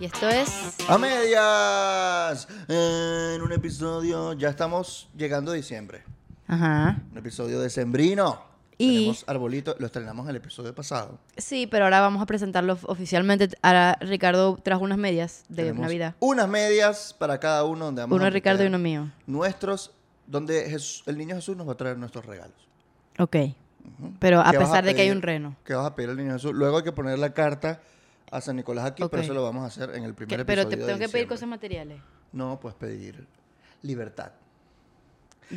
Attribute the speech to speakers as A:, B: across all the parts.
A: Y esto es.
B: A medias. En un episodio, ya estamos llegando a diciembre.
A: Ajá.
B: Un episodio decembrino.
A: Y-
B: Tenemos arbolito, lo estrenamos en el episodio pasado.
A: Sí, pero ahora vamos a presentarlo of- oficialmente. Ahora Ricardo trajo unas medias de
B: Tenemos
A: Navidad.
B: Unas medias para cada uno donde vamos
A: Uno de
B: a
A: Ricardo y
B: meter
A: uno mío.
B: Nuestros, donde Jesús- el niño Jesús nos va a traer nuestros regalos.
A: Ok. Pero a
B: ¿Qué vas
A: pesar de que hay
B: pedir?
A: un reno.
B: ¿Qué vas a pedir al niño Jesús? Luego hay que poner la carta a San Nicolás aquí,
A: Ok.
B: pero eso lo vamos a hacer en el
A: Que-
B: primer episodio.
A: pero te
B: de
A: tengo que pedir
B: diciembre.
A: cosas materiales.
B: No, puedes pedir libertad.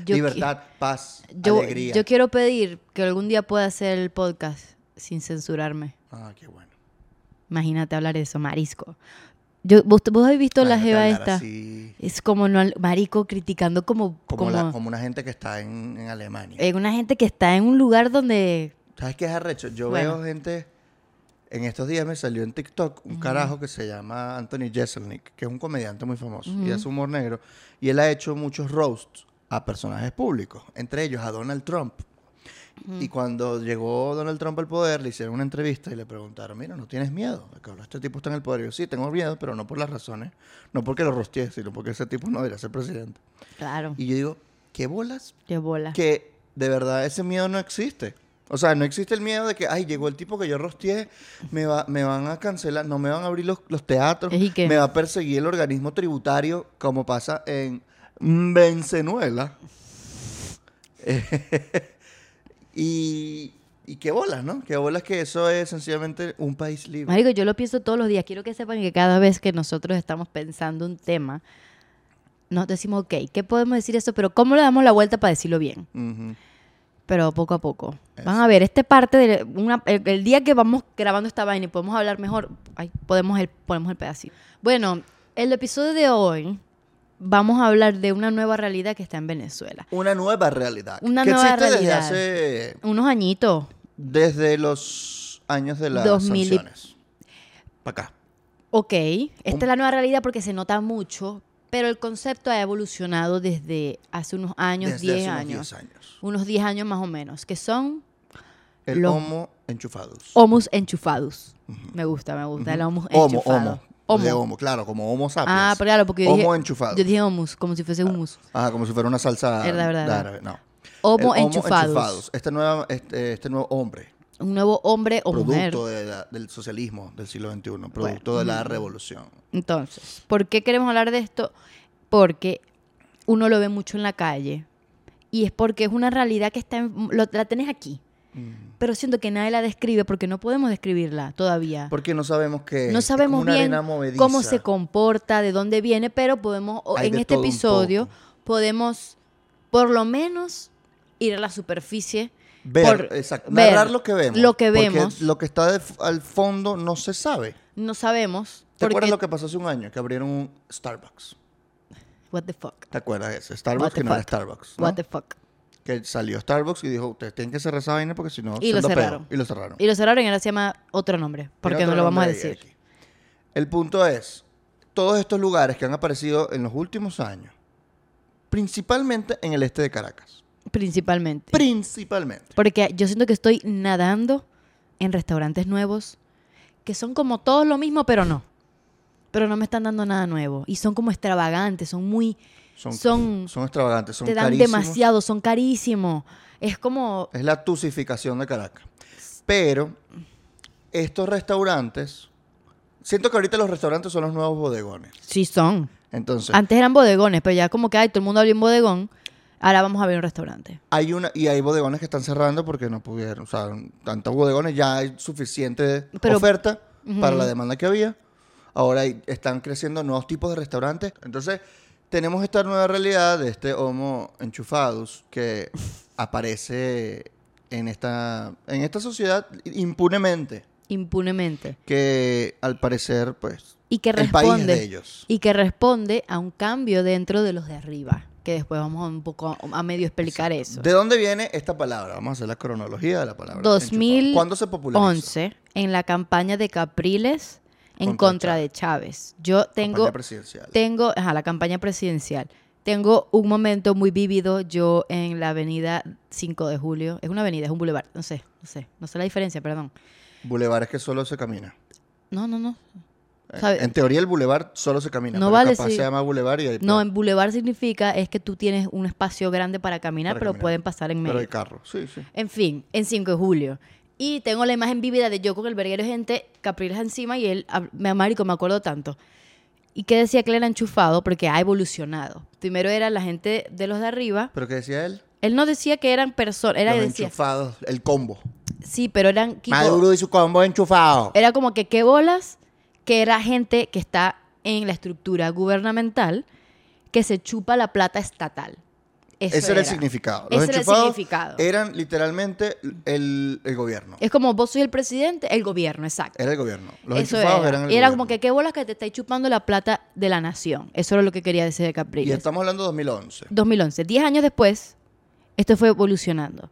A: Yo
B: libertad, paz,
A: qui- Yo,
B: alegría.
A: yo quiero pedir que algún día pueda hacer el podcast sin censurarme.
B: Ah, qué bueno.
A: Imagínate hablar eso, marisco. Yo, ¿vos, vos habéis visto la
B: Imagínate
A: jeva
B: hablar
A: esta?
B: así,
A: Es como no, al- marico criticando como,
B: como,
A: como,
B: la- como una gente que está en, en Alemania.
A: eh, una gente que está en un lugar donde
B: ¿Sabes qué es arrecho? Yo
A: Bueno.
B: veo gente. En estos días me salió en TikTok un carajo que se llama Anthony Jeselnik, que es un comediante muy famoso y hace humor negro. Y él ha hecho muchos roasts a personajes públicos, entre ellos a Donald Trump. Y cuando llegó Donald Trump al poder, le hicieron una entrevista y le preguntaron, mira, ¿no tienes miedo? de que ahora este tipo está en el poder. Y yo, sí, tengo miedo, pero no por las razones, no porque lo rosteé, sino porque ese tipo no debería ser presidente.
A: Claro.
B: Y yo digo, ¿qué bolas
A: Qué bola.
B: que de verdad ese miedo no existe. O sea, no existe el miedo de que, ay, llegó el tipo que yo rosteé, me, va, me van a cancelar, no me van a abrir los, los teatros,
A: ¿Y qué?
B: me va a perseguir el organismo tributario, como pasa en Venezuela. Eh, y, y qué bolas, ¿no? Qué bolas que eso es sencillamente un país libre.
A: Marico, yo lo pienso todos los días. Quiero que sepan que cada vez que nosotros estamos pensando un tema, nos decimos, ok, ¿qué podemos decir eso? Pero ¿cómo le damos la vuelta para decirlo bien?
B: Ujú.
A: Pero poco a poco.
B: Eso.
A: Van a ver, este parte de una, el, el día que vamos grabando esta vaina y podemos hablar mejor, ay, podemos el, ponemos el pedacito. Bueno, el episodio de hoy vamos a hablar de una nueva realidad que está en Venezuela.
B: Una nueva realidad.
A: Una
B: que
A: nueva
B: existe
A: realidad.
B: Desde, hace,
A: Unos añitos.
B: desde los años de las
A: 2000 y-
B: sanciones. Para acá.
A: Ok, esta es la nueva realidad porque se nota mucho, pero el concepto ha evolucionado desde hace unos años, 10
B: Desde hace unos
A: años,
B: 10 años.
A: unos 10 años más o menos, que son
B: El
A: Los-
B: homo enchufados.
A: homus enchufados. Me gusta, me gusta el homus
B: homo,
A: enchufado.
B: homo. De
A: Homo.
B: homo, claro, como homo sapiens.
A: Ah, pero claro, porque yo
B: Homo
A: dije,
B: enchufado.
A: yo dije homus, como si fuese humus.
B: Ah, como si fuera una salsa
A: Es la verdad,
B: de
A: ¿no?
B: árabe. No. El
A: Homo enchufados.
B: Este nuevo, este, este nuevo hombre,
A: Un nuevo hombre o mujer.
B: producto de la- del socialismo del siglo XXI, producto de
A: mm.
B: la revolución.
A: Entonces, ¿por qué queremos hablar de esto? Porque uno lo ve mucho en la calle y es porque es una realidad que está en- lo- la tenés aquí. Pero siento que nadie la describe porque no podemos describirla todavía.
B: Porque no sabemos qué
A: no
B: es, es como
A: sabemos
B: una
A: bien
B: arena movediza.
A: cómo se comporta, de dónde viene, pero podemos o-
B: Hay
A: en
B: de
A: este
B: todo un
A: episodio
B: poco.
A: podemos por lo menos ir a la superficie
B: Ver,
A: por-
B: exacto,
A: ver
B: narrar lo que vemos.
A: Lo que
B: porque
A: vemos,
B: lo que está de f- al fondo no se sabe.
A: no sabemos
B: ¿Te
A: porque
B: acuerdas lo que pasó hace un año? Que abrieron un Starbucks.
A: what the fuck?
B: ¿Te acuerdas de ese?
A: What
B: Starbucks
A: the
B: que no era
A: fuck?
B: Starbucks. ¿no?
A: What the fuck?
B: que salió Starbucks y dijo, ustedes tienen que cerrar esa vaina porque si no...
A: Y lo
B: son de pedo".
A: cerraron.
B: Y lo cerraron.
A: Y lo cerraron y ahora se llama otro nombre, porque
B: Tiene
A: no lo
B: otro
A: vamos a
B: nombre
A: decir.
B: ahí, aquí. El punto es, todos estos lugares que han aparecido en los últimos años, principalmente en el este de Caracas,
A: Principalmente.
B: principalmente,
A: Porque yo siento que estoy nadando en restaurantes nuevos que son como todos lo mismo, pero no. Pero no me están dando nada nuevo. Y son como extravagantes, son muy...
B: son,
A: Son-
B: son, extravagantes, son
A: te dan
B: carísimos.
A: demasiado, son carísimos. Es como...
B: Es la tusificación de Caracas. Pero estos restaurantes, siento que ahorita los restaurantes son los nuevos bodegones.
A: Sí son.
B: Entonces,
A: Antes eran bodegones, pero ya como que ay, todo el mundo abrió un bodegón. Ahora vamos a abrir un restaurante.
B: Hay una, y hay bodegones que están cerrando porque no pudieron. O sea, tantos bodegones ya hay suficiente
A: Pero-
B: oferta para la demanda que había. Ahora hay- están creciendo nuevos tipos de restaurantes. Entonces, tenemos esta nueva realidad de este homo enchufados que aparece en esta, en esta sociedad impunemente.
A: Impunemente.
B: Que al parecer, pues,
A: Y que
B: el país es
A: responde...
B: de ellos.
A: Y que responde a un cambio dentro de los de arriba. Que después vamos a un poco a medio explicar eso.
B: ¿De dónde viene esta palabra? Vamos a hacer la cronología de la palabra. enchufado. ¿Cuándo se popularizó?
A: 2011, en la campaña de Capriles en contra
B: Contra
A: de Chávez. Yo tengo,
B: Campaña presidencial.
A: tengo, ajá, la campaña presidencial. Tengo un momento muy vívido yo en la avenida 5 de julio. Es una avenida, es un bulevar. No sé, no sé, no sé la diferencia, perdón.
B: Bulevares que solo se camina.
A: No, no, no. ¿Sabes?
B: Eh, En teoría el bulevar solo se camina.
A: No
B: pero
A: vale
B: capaz
A: si-
B: se llama bulevar y hay,
A: No, en boulevard significa es que tú tienes un espacio grande para caminar,
B: Para
A: pero
B: caminar.
A: pueden pasar en medio.
B: pero hay carro. Sí, sí.
A: En fin, en 5 de julio. Y tengo la imagen vívida de yo con el verguero de gente, Capriles encima y él, hab- me marico, me acuerdo tanto. ¿Y qué decía que él era enchufado? Porque ha evolucionado. Primero era la gente de los de arriba.
B: ¿Pero qué decía él?
A: Él no decía que eran personas, era
B: Los
A: decía,
B: enchufados, el combo.
A: sí, pero eran tipo-
B: Maduro y su combo enchufado.
A: era como que qué bolas que era gente que está en la estructura gubernamental que se chupa la plata estatal. Eso
B: Ese era el significado. Los
A: Ese era el
B: enchufados
A: significado.
B: eran literalmente el, el gobierno.
A: Es como vos sois el presidente, el gobierno, exacto.
B: Era el gobierno. Los
A: Eso
B: enchufados
A: era.
B: eran el
A: Y era
B: gobierno.
A: como que qué bolas que te estáis chupando la plata de la nación. Eso era lo que quería decir de
B: Y
A: Capriles.
B: estamos hablando de 2011.
A: 2011, 10 años después, esto fue evolucionando.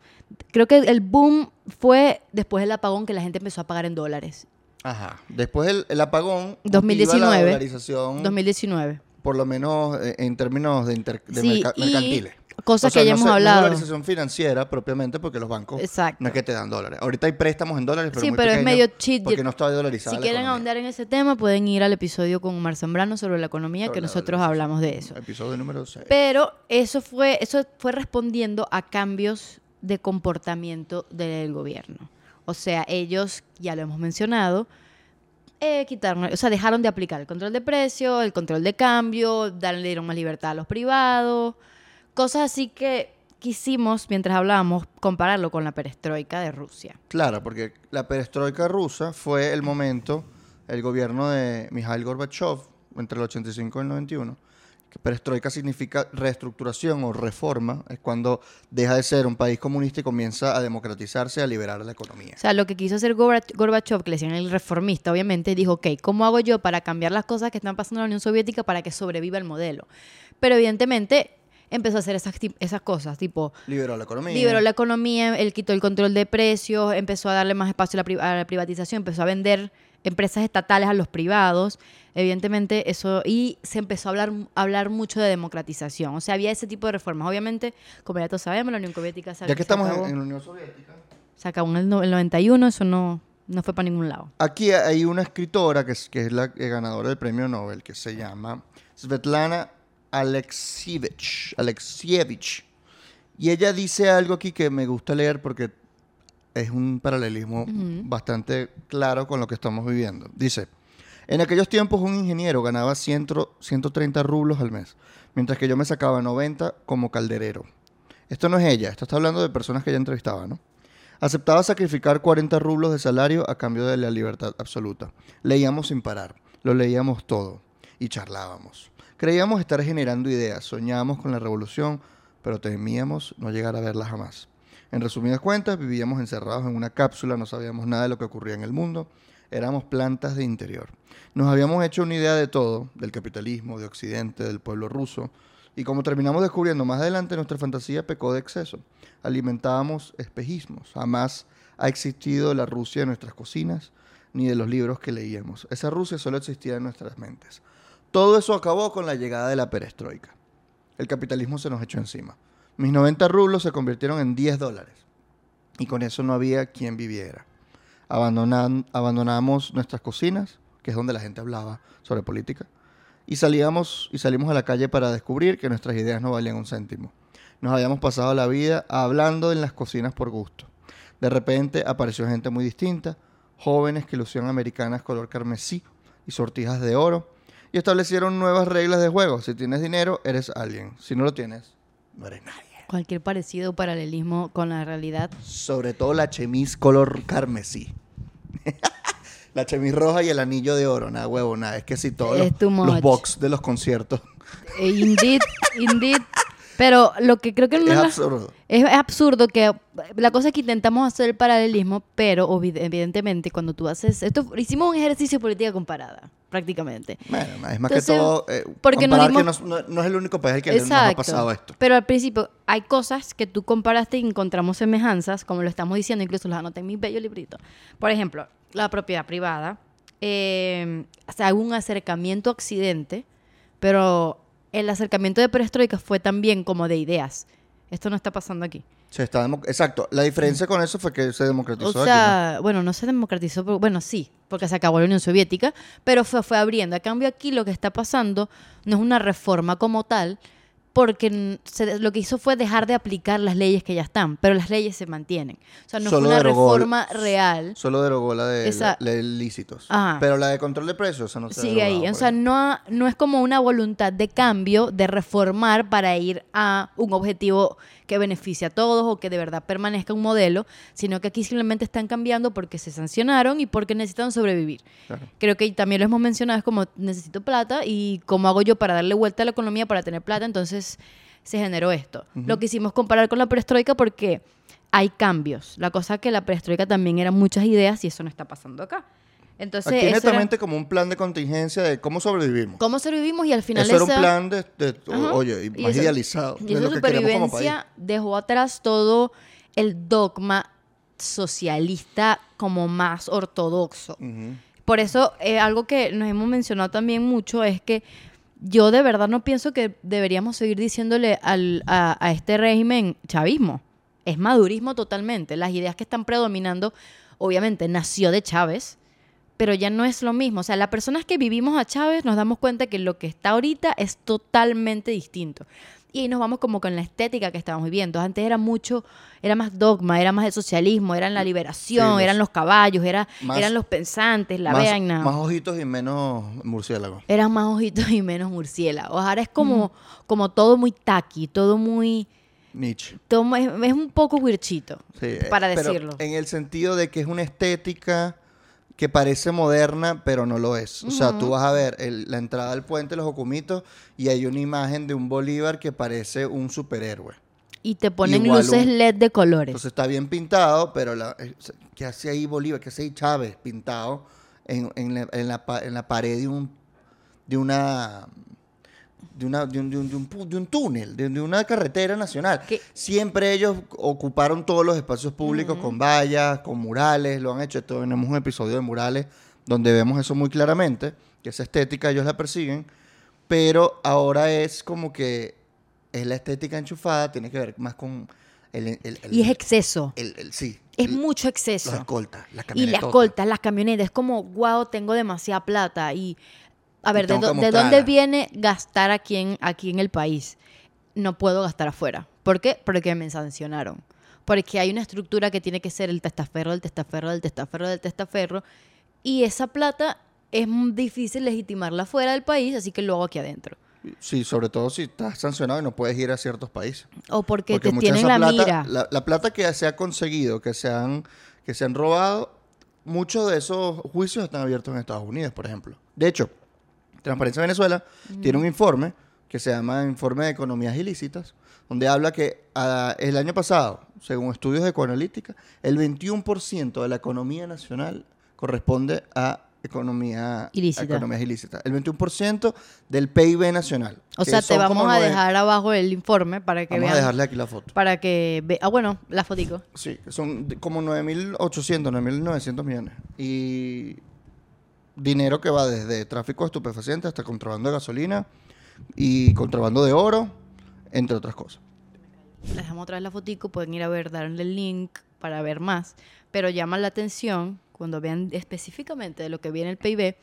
A: Creo que el boom fue después del apagón que la gente empezó a pagar en dólares.
B: Ajá. Después el, el apagón. motiva
A: 2019.
B: La dolarización,
A: 2019.
B: por lo menos eh, en términos de, inter- de
A: Sí,
B: merca-
A: y
B: mercantiles.
A: cosas que ya
B: no
A: hemos
B: sé, no es
A: hablado.
B: dolarización financiera propiamente porque los bancos
A: Exacto.
B: no es que te dan dólares. Ahorita hay préstamos en dólares, pero
A: Sí,
B: muy
A: pero es
B: pequeños
A: medio cheat.
B: Porque no está dolarizado.
A: Si quieren ahondar en ese tema, pueden ir al episodio con Omar Zambrano sobre la economía,
B: Sobre
A: que
B: la
A: nosotros
B: dolarización.
A: hablamos de eso.
B: Episodio número 6.
A: Pero eso fue, eso fue respondiendo a cambios de comportamiento del gobierno. O sea, ellos, ya lo hemos mencionado, eh, quitaron, o sea, dejaron de aplicar el control de precio, el control de cambio, dan- le dieron más libertad a los privados, cosas así que quisimos, mientras hablábamos, compararlo con la perestroika de Rusia.
B: Claro, porque la perestroika rusa fue el momento, el gobierno de Mikhail Gorbachev, entre el 85 y el 91. Que perestroika significa reestructuración o reforma, es cuando deja de ser un país comunista y comienza a democratizarse, a liberar la economía.
A: O sea, lo que quiso hacer Gorbach- Gorbachev, que le decían el reformista, obviamente, dijo, ok, ¿cómo hago yo para cambiar las cosas que están pasando en la Unión Soviética para que sobreviva el modelo? Pero evidentemente empezó a hacer esas, tip- esas cosas, tipo,
B: Liberó la economía.
A: liberó la economía, él quitó el control de precios, empezó a darle más espacio a la, pri- a la privatización, empezó a vender empresas estatales a los privados, evidentemente eso, y se empezó a hablar, a hablar mucho de democratización, o sea, había ese tipo de reformas, obviamente, como ya todos sabemos, la Unión Soviética se,
B: ya que
A: se
B: estamos
A: acabó.
B: en, en la Unión Soviética.
A: Se acabó en el, no- el 91, eso no, no fue para ningún lado.
B: Aquí hay una escritora que es, que es la eh, ganadora del premio Nobel, que se llama Svetlana Alexievich. Alexievich. Y ella dice algo aquí que me gusta leer porque es un paralelismo bastante claro con lo que estamos viviendo. Dice, en aquellos tiempos un ingeniero ganaba 100 130 rublos al mes, mientras que yo me sacaba 90 como calderero. Esto no es ella, esto está hablando de personas que ella entrevistaba, ¿no? Aceptaba sacrificar 40 rublos de salario a cambio de la libertad absoluta. Leíamos sin parar, lo leíamos todo y charlábamos. Creíamos estar generando ideas, soñábamos con la revolución, pero temíamos no llegar a verla jamás. En resumidas cuentas, vivíamos encerrados en una cápsula, no sabíamos nada de lo que ocurría en el mundo, éramos plantas de interior. Nos habíamos hecho una idea de todo, del capitalismo, de Occidente, del pueblo ruso, y como terminamos descubriendo más adelante, nuestra fantasía pecó de exceso. Alimentábamos espejismos. Jamás ha existido la Rusia de nuestras cocinas ni de los libros que leíamos. Esa Rusia solo existía en nuestras mentes. Todo eso acabó con la llegada de la perestroika. El capitalismo se nos echó encima. Mis 90 rublos se convirtieron en 10 dólares. Y con eso no había quien viviera. Abandonan- abandonamos nuestras cocinas, que es donde la gente hablaba sobre política y salíamos y salimos a la calle para descubrir que nuestras ideas no valían un céntimo. Nos habíamos pasado la vida hablando en las cocinas por gusto. De repente apareció gente muy distinta, jóvenes que lucían americanas color carmesí y sortijas de oro, y establecieron nuevas reglas de juego. Si tienes dinero, eres alguien. Si no lo tienes, no eres nadie.
A: Cualquier parecido o paralelismo con la realidad.
B: Sobre todo la chemise color carmesí. la chemise roja y el anillo de oro, nada huevo, nada. Es que si todos
A: Es too
B: los, los
A: much.
B: box de los conciertos
A: Eh, Indeed, indeed. Pero lo que creo que no
B: es
A: la-
B: absurdo.
A: Es es absurdo que la cosa es que intentamos hacer el paralelismo, pero obvi- evidentemente cuando tú haces esto, hicimos un ejercicio de política comparada, prácticamente.
B: Bueno, es más
A: Entonces,
B: que todo. eh,
A: porque nos
B: comparar
A: dimos-
B: que no, no- no es el único país al que le- nos ha pasado esto.
A: Pero al principio hay cosas que tú comparaste y encontramos semejanzas, como lo estamos diciendo, incluso las anoté en mi bello librito. Por ejemplo, la propiedad privada, eh, o sea, hubo un acercamiento a Occidente, pero el acercamiento de perestroika fue también como de ideas. Esto no está pasando aquí.
B: Se está demo- Exacto. La diferencia con eso fue que se democratizó.
A: Mm. O
B: aquí, ¿no?
A: sea, bueno, no se democratizó, pero bueno, sí, porque se acabó la Unión Soviética, pero fue, fue abriendo. A cambio, aquí lo que está pasando no es una reforma como tal, porque n- se- lo que hizo fue dejar de aplicar las leyes que ya están, pero las leyes se mantienen. O sea, no
B: Solo
A: fue una
B: derogó-
A: reforma real.
B: Solo derogó la de,
A: Esa-
B: la- la de ilícitos.
A: Ajá.
B: Pero la de control de precios, esa no se pues. ha
A: Sigue ahí. O
B: derogado, por
A: sea,
B: ejemplo.
A: no, ha- no es como una voluntad de cambio, de reformar para ir a un objetivo que beneficie a todos o que de verdad permanezca un modelo, sino que aquí simplemente están cambiando porque se sancionaron y porque necesitan sobrevivir.
B: Claro.
A: Creo que también lo hemos mencionado, es como necesito plata y cómo hago yo para darle vuelta a la economía para tener plata, entonces se generó esto. Lo quisimos comparar con la perestroika porque hay cambios. La cosa que la perestroika también eran muchas ideas y eso no está pasando acá. Entonces,
B: Aquí
A: eso era-
B: netamente como un plan de contingencia de cómo sobrevivimos.
A: cómo sobrevivimos y al final
B: Eso era
A: esa-
B: un plan de, de- o-
A: Ajá.
B: oye, y
A: Y
B: más
A: eso-
B: idealizado.
A: y
B: de
A: esa
B: lo que queremos como país.
A: supervivencia dejó atrás todo el dogma socialista como más ortodoxo.
B: Ujú.
A: Por eso, eh, algo que nos hemos mencionado también mucho es que yo de verdad no pienso que deberíamos seguir diciéndole al- a, a este régimen chavismo. Es madurismo totalmente. Las ideas que están predominando, obviamente, nació de Chávez, pero ya no es lo mismo. O sea, las personas que vivimos a Chávez nos damos cuenta que lo que está ahorita es totalmente distinto. Y ahí nos vamos como con la estética que estamos viviendo. Antes era mucho, era más dogma, era más el socialismo, era la liberación,
B: los-
A: eran los caballos, era,
B: Más-
A: eran los pensantes, la
B: más,
A: vaina.
B: más ojitos y menos murciélago.
A: Eran más ojitos y menos murciélagos. Ahora es como, como todo muy taqui, todo muy...
B: Nietzsche.
A: todo muy- es, es un poco huirchito,
B: Sí, eh,
A: para
B: pero
A: decirlo.
B: En el sentido de que es una estética que parece moderna, pero no lo es. O sea, tú vas a ver el- la entrada al puente de los Ocumitos y hay una imagen de un Bolívar que parece un superhéroe.
A: y te ponen
B: igual
A: luces
B: un-
A: LED de colores.
B: Entonces está bien pintado, pero la, eh, ¿qué hace ahí Bolívar? ¿Qué hace ahí Chávez pintado en, en la, en la pa- en la pared de un de una de, una, de, un, de un- de un pu- de un túnel, de, de una carretera nacional.
A: ¿Qué?
B: Siempre ellos ocuparon todos los espacios públicos con vallas, con murales, lo han hecho. Esto, tenemos un episodio de murales donde vemos eso muy claramente, que esa estética ellos la persiguen, pero ahora es como que es la estética enchufada, tiene que ver más con el... el- el-
A: y es exceso.
B: el- el- sí,
A: Es
B: el-
A: mucho
B: Los
A: exceso.
B: escoltas, las
A: Y las
B: camionetotas.
A: escoltas, las camionetas. Es como, wow, tengo demasiada plata. Y, a ver, ¿de,
B: tengo que
A: dó- de
B: mostrarla.
A: dónde viene gastar aquí en, aquí en el país? No puedo gastar afuera. ¿Por qué? Porque me sancionaron. Porque hay una estructura que tiene que ser el testaferro, el testaferro, el testaferro, del testaferro. Y esa plata es muy difícil legitimarla fuera del país, así que lo hago aquí adentro.
B: Sí, sobre todo si estás sancionado y no puedes ir a ciertos países.
A: O porque, te
B: mucha de
A: tienen
B: esa
A: la
B: plata,
A: mira.
B: La, la plata que se ha conseguido, que se han, que se han robado, muchos de esos juicios están abiertos en Estados Unidos, por ejemplo. De hecho, Transparencia Venezuela tiene un informe que se llama Informe de Economías Ilícitas, donde habla que ah, el año pasado, según estudios de ecoanalítica, el 21% de la economía nacional corresponde a economía,
A: Ilícita.
B: a economías ilícitas. El 21% del PIB nacional.
A: O
B: que
A: sea,
B: son
A: te vamos
B: como
A: a
B: nueve-
A: dejar abajo el informe para que
B: Vamos a
A: vean.
B: dejarle aquí la foto.
A: Para que ve- Ah, bueno, la fotico.
B: Sí, que son de- como 9.800, 9.900 millones. Y dinero que va desde tráfico de estupefacientes hasta contrabando de gasolina y contrabando de oro, entre otras cosas.
A: Les dejamos otra vez la fotico, pueden ir a ver, darle el link para ver más. Pero llama la atención cuando vean específicamente de lo que viene el PIB.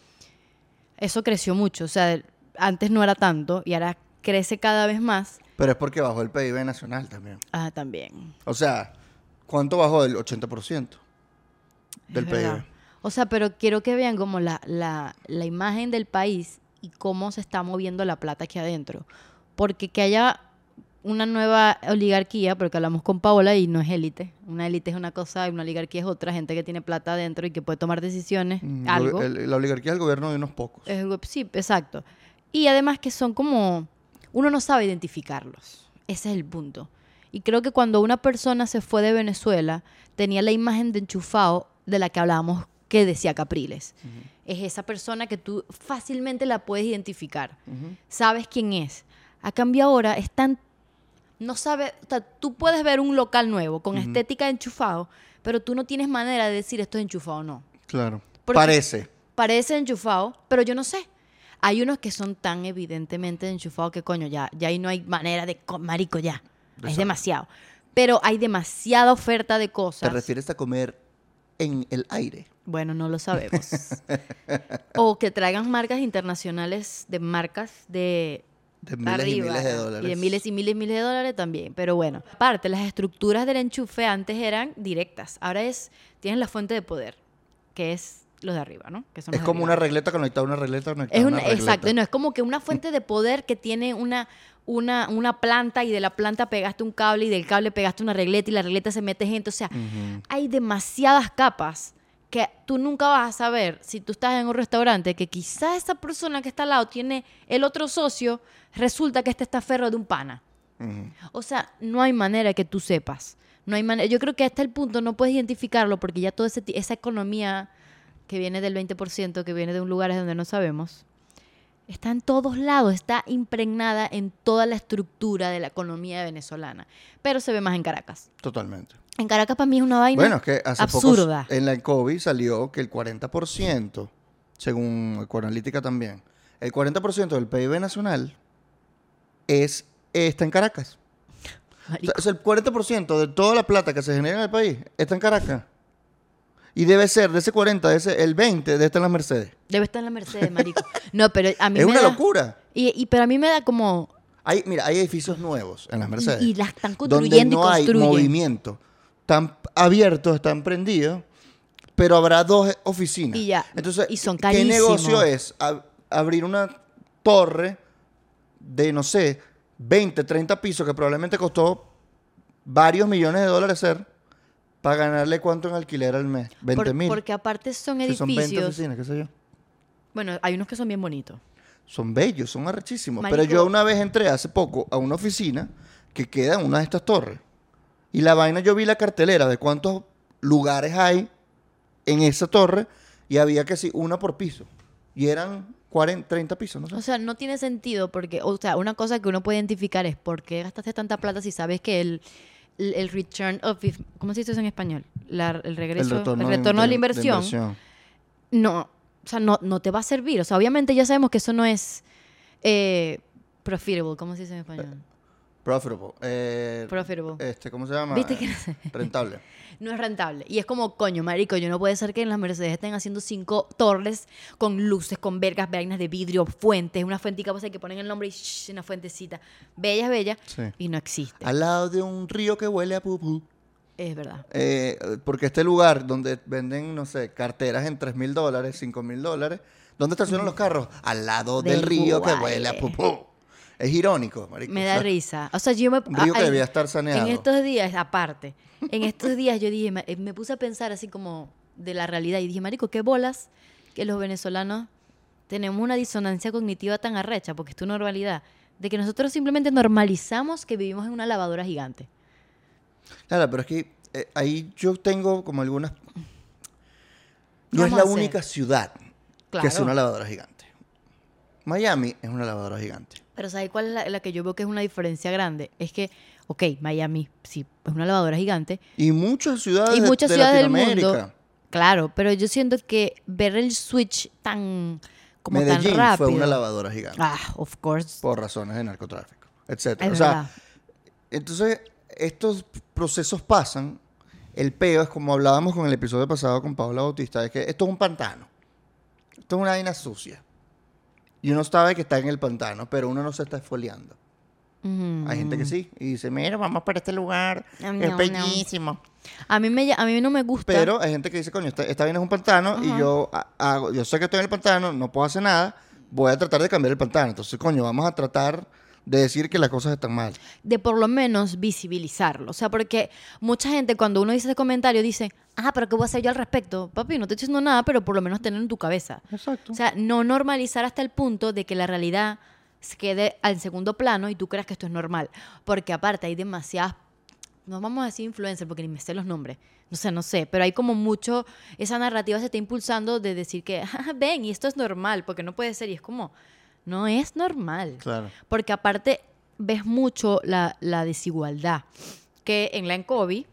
A: Eso creció mucho, o sea, antes no era tanto y ahora crece cada vez más.
B: Pero es porque bajó el PIB nacional también.
A: Ah, también.
B: O sea, ¿cuánto bajó? El 80% del
A: Es
B: PIB.
A: verdad. O sea, pero quiero que vean como la, la, la imagen del país y cómo se está moviendo la plata aquí adentro. Porque que haya una nueva oligarquía, porque hablamos con Paola y no es élite. Una élite es una cosa y una oligarquía es otra, gente que tiene plata adentro y que puede tomar decisiones,
B: Mm, lo-
A: algo. Eh.
B: el- la oligarquía del gobierno de unos pocos.
A: Es algo- sí, exacto. Y además que son como, uno no sabe identificarlos. Ese es el punto. Y creo que cuando una persona se fue de Venezuela, tenía la imagen de enchufado de la que hablábamos que decía Capriles. Es esa persona que tú fácilmente la puedes identificar.
B: Ujú.
A: Sabes quién es. A cambio ahora es tan... No sabes, o sea, tú puedes ver un local nuevo con estética de enchufado, pero tú no tienes manera de decir esto es enchufado o no
B: Claro.
A: Porque-
B: Parece.
A: parece enchufado, pero yo no sé. Hay unos que son tan evidentemente enchufados que coño, ya, ya ahí no hay manera de, co- marico, ya. Es demasiado. pero hay demasiada oferta de
B: ¿Te
A: cosas.
B: refieres a comer en el aire?
A: Bueno, no lo sabemos. o que traigan marcas internacionales de marcas de
B: De miles
A: arriba,
B: y miles de dólares.
A: Y de miles y miles y miles de dólares también. Pero bueno, aparte, las estructuras del enchufe antes eran directas. Ahora es, tienes la fuente de poder, que es los de arriba, ¿no? Que son
B: Es
A: los de
B: como
A: arriba.
B: una regleta conectada a una regleta conectada
A: Es
B: a
A: una-
B: una regleta.
A: exacto, y no es como que una fuente de poder que tiene una, una, una planta y de la planta pegaste un cable y del cable pegaste una regleta y la regleta se mete gente. O sea,
B: Ujú.
A: hay demasiadas capas que tú nunca vas a saber si tú estás en un restaurante que quizá esa persona que está al lado tiene el otro socio, resulta que este está ferro de un pana.
B: Ujú.
A: O sea, no hay manera que tú sepas. No hay manera. Yo creo que hasta el punto no puedes identificarlo porque ya toda ese ti- esa economía que viene del 20%, que viene de un lugares donde no sabemos, está en todos lados, está impregnada en toda la estructura de la economía venezolana. Pero se ve más en Caracas.
B: Totalmente.
A: En Caracas para mí es una vaina
B: Bueno, es que hace
A: absurda.
B: poco en la COVID salió que el 40%, según Ecoanalítica también, el 40% del PIB nacional es, está en Caracas. O sea,
A: marico.
B: o sea, el 40% de toda la plata que se genera en el país está en Caracas. Y debe ser de ese 40, de ese, el 20 de esta en las Mercedes.
A: Debe estar en la Mercedes, marico. No, pero a mí
B: Es
A: me
B: una
A: da-
B: locura.
A: Y, y- pero a mí me da como...
B: Hay, mira, hay edificios nuevos en las Mercedes.
A: Y, y las están
B: donde
A: construyendo
B: no
A: y
B: hay
A: construyendo.
B: movimiento. Están abiertos, están prendidos, pero habrá dos oficinas.
A: Y ya.
B: Entonces,
A: Y son
B: ¿qué negocio
A: carísimos.
B: es ab- abrir una torre de, no sé, 20, 30 pisos que probablemente costó varios millones de dólares hacer para ganarle cuánto en alquiler al mes? 20
A: Por-
B: mil.
A: Porque aparte son
B: Si son 20
A: edificios.
B: oficinas, qué sé yo.
A: bueno, hay unos que son bien bonitos.
B: Son bellos, son arrechísimos. Pero
A: Marico.
B: yo una vez entré hace poco a una oficina que queda en una de estas torres. Y la vaina, yo vi la cartelera de cuántos lugares hay en esa torre. Y había que sí, una por piso. Y eran 40, 30 pisos, no
A: O
B: sé.
A: sea, no tiene sentido porque, o sea, una cosa que uno puede identificar es por qué gastaste tanta plata si sabes que el, el, el return of... inf- ¿Cómo se dice eso en español? La- el regreso, el retorno, de, la inversión. No, o sea, no, no te va a servir. O sea, obviamente ya sabemos que eso no es eh, profitable. ¿Cómo se dice en español?
B: Profitable. eh,
A: Profitable.
B: Este, ¿Cómo se llama?
A: ¿Viste que-
B: Eh, Rentable.
A: No es rentable. Y es como, coño, marico, yo no puede ser que en las Mercedes estén haciendo cinco torres con luces, con vergas, vainas de vidrio, fuentes, una fuentica pues, que ponen el nombre y shh, una fuentecita. Bellas, bellas.
B: Sí.
A: Y no existe.
B: Al lado de un río que huele a pupú.
A: Es verdad.
B: Eh, porque este lugar donde venden, no sé, carteras en 3 mil dólares, 5 mil dólares, ¿dónde estacionan los carros? Al lado del,
A: Del
B: río que
A: Guaire.
B: huele a pupú. Es irónico, marico.
A: Me
B: o
A: da
B: sea,
A: risa. O sea, yo me...
B: Eh, Un río que
A: ay,
B: debía estar saneado.
A: En estos días, aparte, en estos días yo dije, ma- eh, me puse a pensar así como de la realidad y dije, marico, qué bolas que los venezolanos tenemos una disonancia cognitiva tan arrecha, porque es tu normalidad, de que nosotros simplemente normalizamos que vivimos en una lavadora gigante.
B: Claro, pero es que eh, ahí yo tengo como algunas... No
A: Vamos
B: es la
A: a hacer.
B: única ciudad que hace
A: Claro.
B: una lavadora gigante. Miami es una lavadora gigante.
A: Pero ¿sabes cuál es la, la que yo veo que es una diferencia grande? Es que, ok, Miami, sí, es una lavadora gigante,
B: Y muchas ciudades
A: y
B: de-
A: muchas
B: de
A: ciudades del
B: Latinoamérica.
A: mundo. Claro, pero yo siento que ver el switch tan como
B: Medellín
A: tan rápido.
B: fue una lavadora gigante.
A: Ah, of course.
B: por razones de narcotráfico, etcétera.
A: Es
B: O sea,
A: verdad.
B: entonces estos procesos pasan. El peo es como hablábamos con el episodio pasado con Paula Bautista, es que esto es un pantano. Esto es una vaina sucia. Y uno sabe que está en el pantano, pero uno no se está esfoliando.
A: Ujú.
B: Hay gente que sí y dice, mira, vamos para este lugar,
A: Ñam,
B: es
A: ñam,
B: bellísimo.
A: A mí me ll- a mí no me gusta.
B: Pero hay gente que dice, coño, esta, esta vaina es un pantano y yo ha- hago, yo sé que estoy en el pantano, no puedo hacer nada, voy a tratar de cambiar el pantano. Entonces, coño, vamos a tratar de decir que las cosas están mal.
A: de por lo menos visibilizarlo. O sea, porque mucha gente cuando uno dice ese comentario dice, ah, pero ¿qué voy a hacer yo al respecto? Papi, no te estoy diciendo nada, pero por lo menos tener en tu cabeza.
B: Exacto.
A: O sea, no normalizar hasta el punto de que la realidad se quede al segundo plano y tú creas que esto es normal. Porque aparte hay demasiadas, no vamos a decir influencer porque ni me sé los nombres, no sé, no sé, pero hay como mucho, esa narrativa se está impulsando de decir que, "Ah, ven, y esto es normal, porque no puede ser, y es como, no es normal.
B: Claro.
A: Porque aparte ves mucho la, la desigualdad que en la ENCOBI,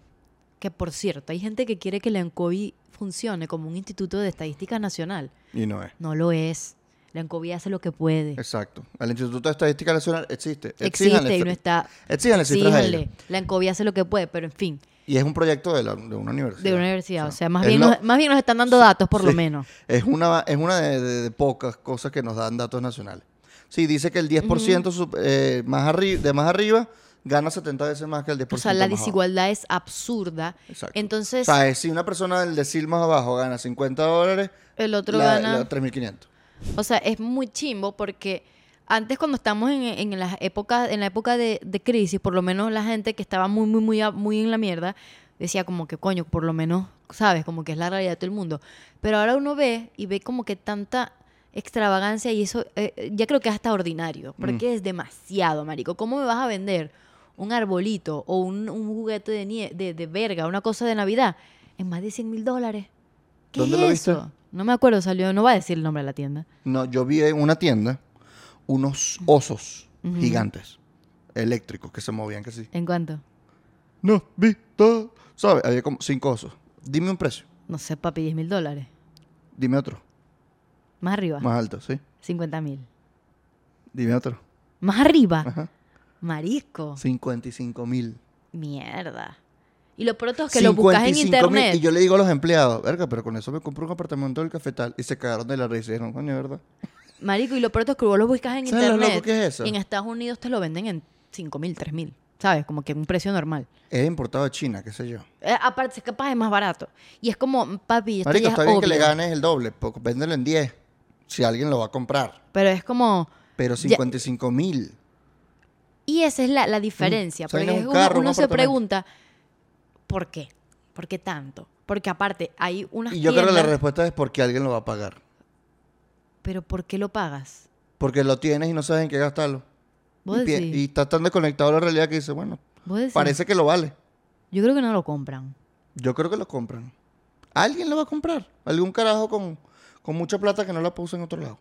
A: que por cierto, hay gente que quiere que la ENCOBI funcione como un instituto de estadística nacional.
B: Y no es.
A: No lo es. Blancoví hace lo que puede.
B: Exacto. El Instituto de Estadística Nacional existe.
A: Existe y no
B: fe-
A: está.
B: Exíjanle cifras a
A: Síganle.
B: ellos.
A: Blancoví hace lo que puede, pero en fin,
B: Y es un proyecto de, la- de una universidad.
A: de una universidad. O sea, más
B: es
A: bien,
B: lo-
A: nos, más bien nos están dando datos, por lo
B: Sí.
A: menos.
B: Es una, es una de, de- de pocas cosas que nos dan datos nacionales. Sí, dice que el 10% sup- eh, más arri- de más arriba gana 70 veces más que el 10%
A: O sea, la
B: más abajo.
A: desigualdad es absurda.
B: Exacto. O
A: Entonces,
B: sea, es si una persona del decil más abajo gana 50 dólares,
A: el otro
B: la-
A: gana.
B: la 3.500.
A: O sea, es muy chimbo porque antes cuando estamos en, en las épocas, en la época de, de crisis, por lo menos la gente que estaba muy, muy, muy, a- muy en la mierda, decía como que coño, por lo menos, sabes, como que es la realidad de todo el mundo. Pero ahora uno ve y ve como que tanta extravagancia y eso, eh, ya creo que es hasta ordinario,
B: Mm.
A: porque es demasiado, marico. ¿Cómo me vas a vender un arbolito o un, un juguete de, nie- de, de verga, una cosa de Navidad, en más de 100 mil dólares? ¿Qué
B: ¿Dónde
A: es
B: lo viste?
A: eso? No me acuerdo, salió, no va a decir el nombre de la tienda.
B: No, yo vi en una tienda unos osos
A: Ujú.
B: gigantes, eléctricos, que se movían que sí.
A: ¿En cuánto?
B: No, vi todo. ¿Sabes? Había como cinco osos. Dime un precio.
A: No sé, papi, 10 mil dólares.
B: Dime otro.
A: Más arriba.
B: Más alto, ¿sí?
A: 50 mil.
B: Dime otro.
A: Más arriba.
B: Ajá.
A: Marisco.
B: 55 mil.
A: Mierda. Y lo pronto es Oh, que lo buscas en
B: 55.000.
A: internet.
B: Y yo le digo a los empleados, verga, pero con eso me compré un apartamento del cafetal. Y se cagaron de la risa y dijeron, coño, ¿verdad?
A: Marico, y lo pronto es que vos lo buscas en
B: ¿Sabes lo
A: internet.
B: loco que es eso?
A: Y en Estados Unidos te lo venden en 5 mil, 3 mil. ¿Sabes? Como que un precio normal.
B: Es importado de China, qué sé yo.
A: Eh, aparte, capaz es más barato. Y es como, papi, esto
B: Marico,
A: ya es
B: está bien que
A: obvio.
B: le ganes el doble, porque véndelo en 10, si alguien lo va a comprar.
A: Pero es como...
B: Pero 55 mil.
A: Y esa es la, la diferencia.
B: Mm,
A: Porque
B: salen un
A: es uno,
B: carro, un
A: uno se
B: apartamento.
A: pregunta, ¿por qué? ¿Por qué tanto? Porque aparte, hay unas
B: Y yo creo que la
A: tiendas-
B: respuesta es porque alguien lo va a pagar.
A: ¿Pero por qué lo pagas?
B: Porque lo tienes y no sabes en qué gastarlo.
A: ¿Vos
B: y, pi-
A: decís?
B: y está tan desconectado a la realidad que dice, bueno,
A: ¿Vos decís?
B: parece que lo vale.
A: Yo creo que no lo compran.
B: Yo creo que lo compran. Alguien lo va a comprar. Algún carajo con, con mucha plata que no la puso en otro lado.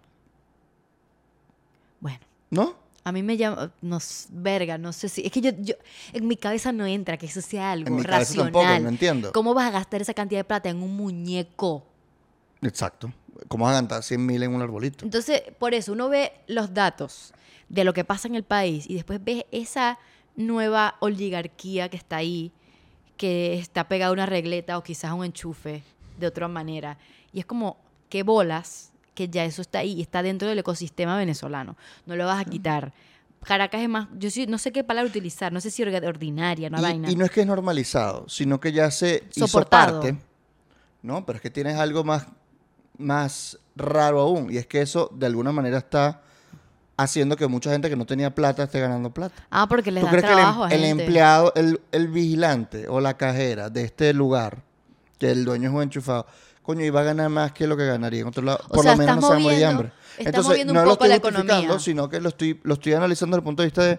A: Bueno,
B: ¿No?
A: a mí me llama... No, s- verga, no sé si... Es que yo, yo... En mi cabeza no entra que eso sea algo
B: En mi cabeza
A: racional.
B: tampoco, no entiendo.
A: ¿Cómo vas a gastar esa cantidad de plata en un muñeco?
B: Exacto. ¿Cómo vas a gastar 100 mil en un arbolito?
A: Entonces, por eso uno ve los datos de lo que pasa en el país y después ves esa nueva oligarquía que está ahí, que está pegada a una regleta o quizás a un enchufe de otra manera. Y es como, qué bolas que ya eso está ahí y está dentro del ecosistema venezolano. No lo vas a quitar. Caracas es más, yo sí- no sé qué palabra utilizar, no sé si orga- ordinaria, una
B: Y-
A: vaina.
B: y, no es que es normalizado, sino que ya se
A: Soportado.
B: hizo parte. No, pero es que tienes algo más, más raro aún. Y es que eso, de alguna manera, está haciendo que mucha gente que no tenía plata esté ganando plata.
A: ah, porque les
B: ¿Tú
A: da
B: crees que el,
A: trabajo
B: em-
A: a
B: el
A: gente.
B: empleado, el, el vigilante o la cajera de este lugar, que el dueño es un enchufado, coño, iba a ganar más que lo que ganaría en otro lado?
A: O
B: Por
A: sea,
B: lo menos
A: estás
B: no se va a morir de
A: moviendo-
B: hambre.
A: estás
B: Entonces,
A: moviendo un
B: no lo
A: poco
B: estoy
A: la
B: justificando,
A: economía.
B: sino que lo estoy, lo estoy analizando desde el punto de vista de.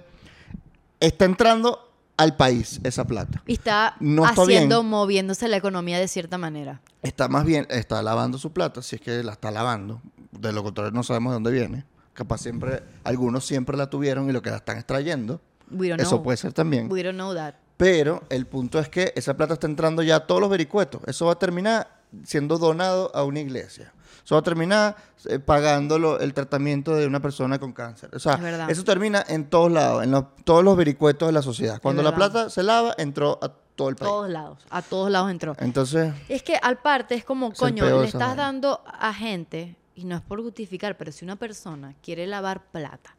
B: Está entrando al país esa plata.
A: Y está
B: No está
A: haciendo,
B: bien.
A: moviéndose la economía de cierta manera.
B: Está más bien, está lavando su plata, si es que la está lavando. De lo contrario, no sabemos de dónde viene. Capaz siempre, algunos siempre la tuvieron y lo que la están extrayendo.
A: We don't
B: Eso
A: know.
B: puede ser también.
A: We don't know that.
B: Pero el punto es que esa plata está entrando ya a todos los vericuetos. Eso va a terminar siendo donado a una iglesia. Eso va a terminar eh, pagando lo- el tratamiento de una persona con cáncer. O
A: Es
B: sea,
A: verdad.
B: eso termina en todos lados, en los- todos los vericuetos de la sociedad. Cuando la
A: verdad.
B: plata se lava, entró a todo el país.
A: todos lados, a todos lados entró.
B: Entonces,
A: Es que al parte es como,
B: Eh. Es el
A: coño,
B: peor
A: le
B: de esa
A: estás
B: vaina.
A: dando a gente, y no es por justificar, pero si una persona quiere lavar plata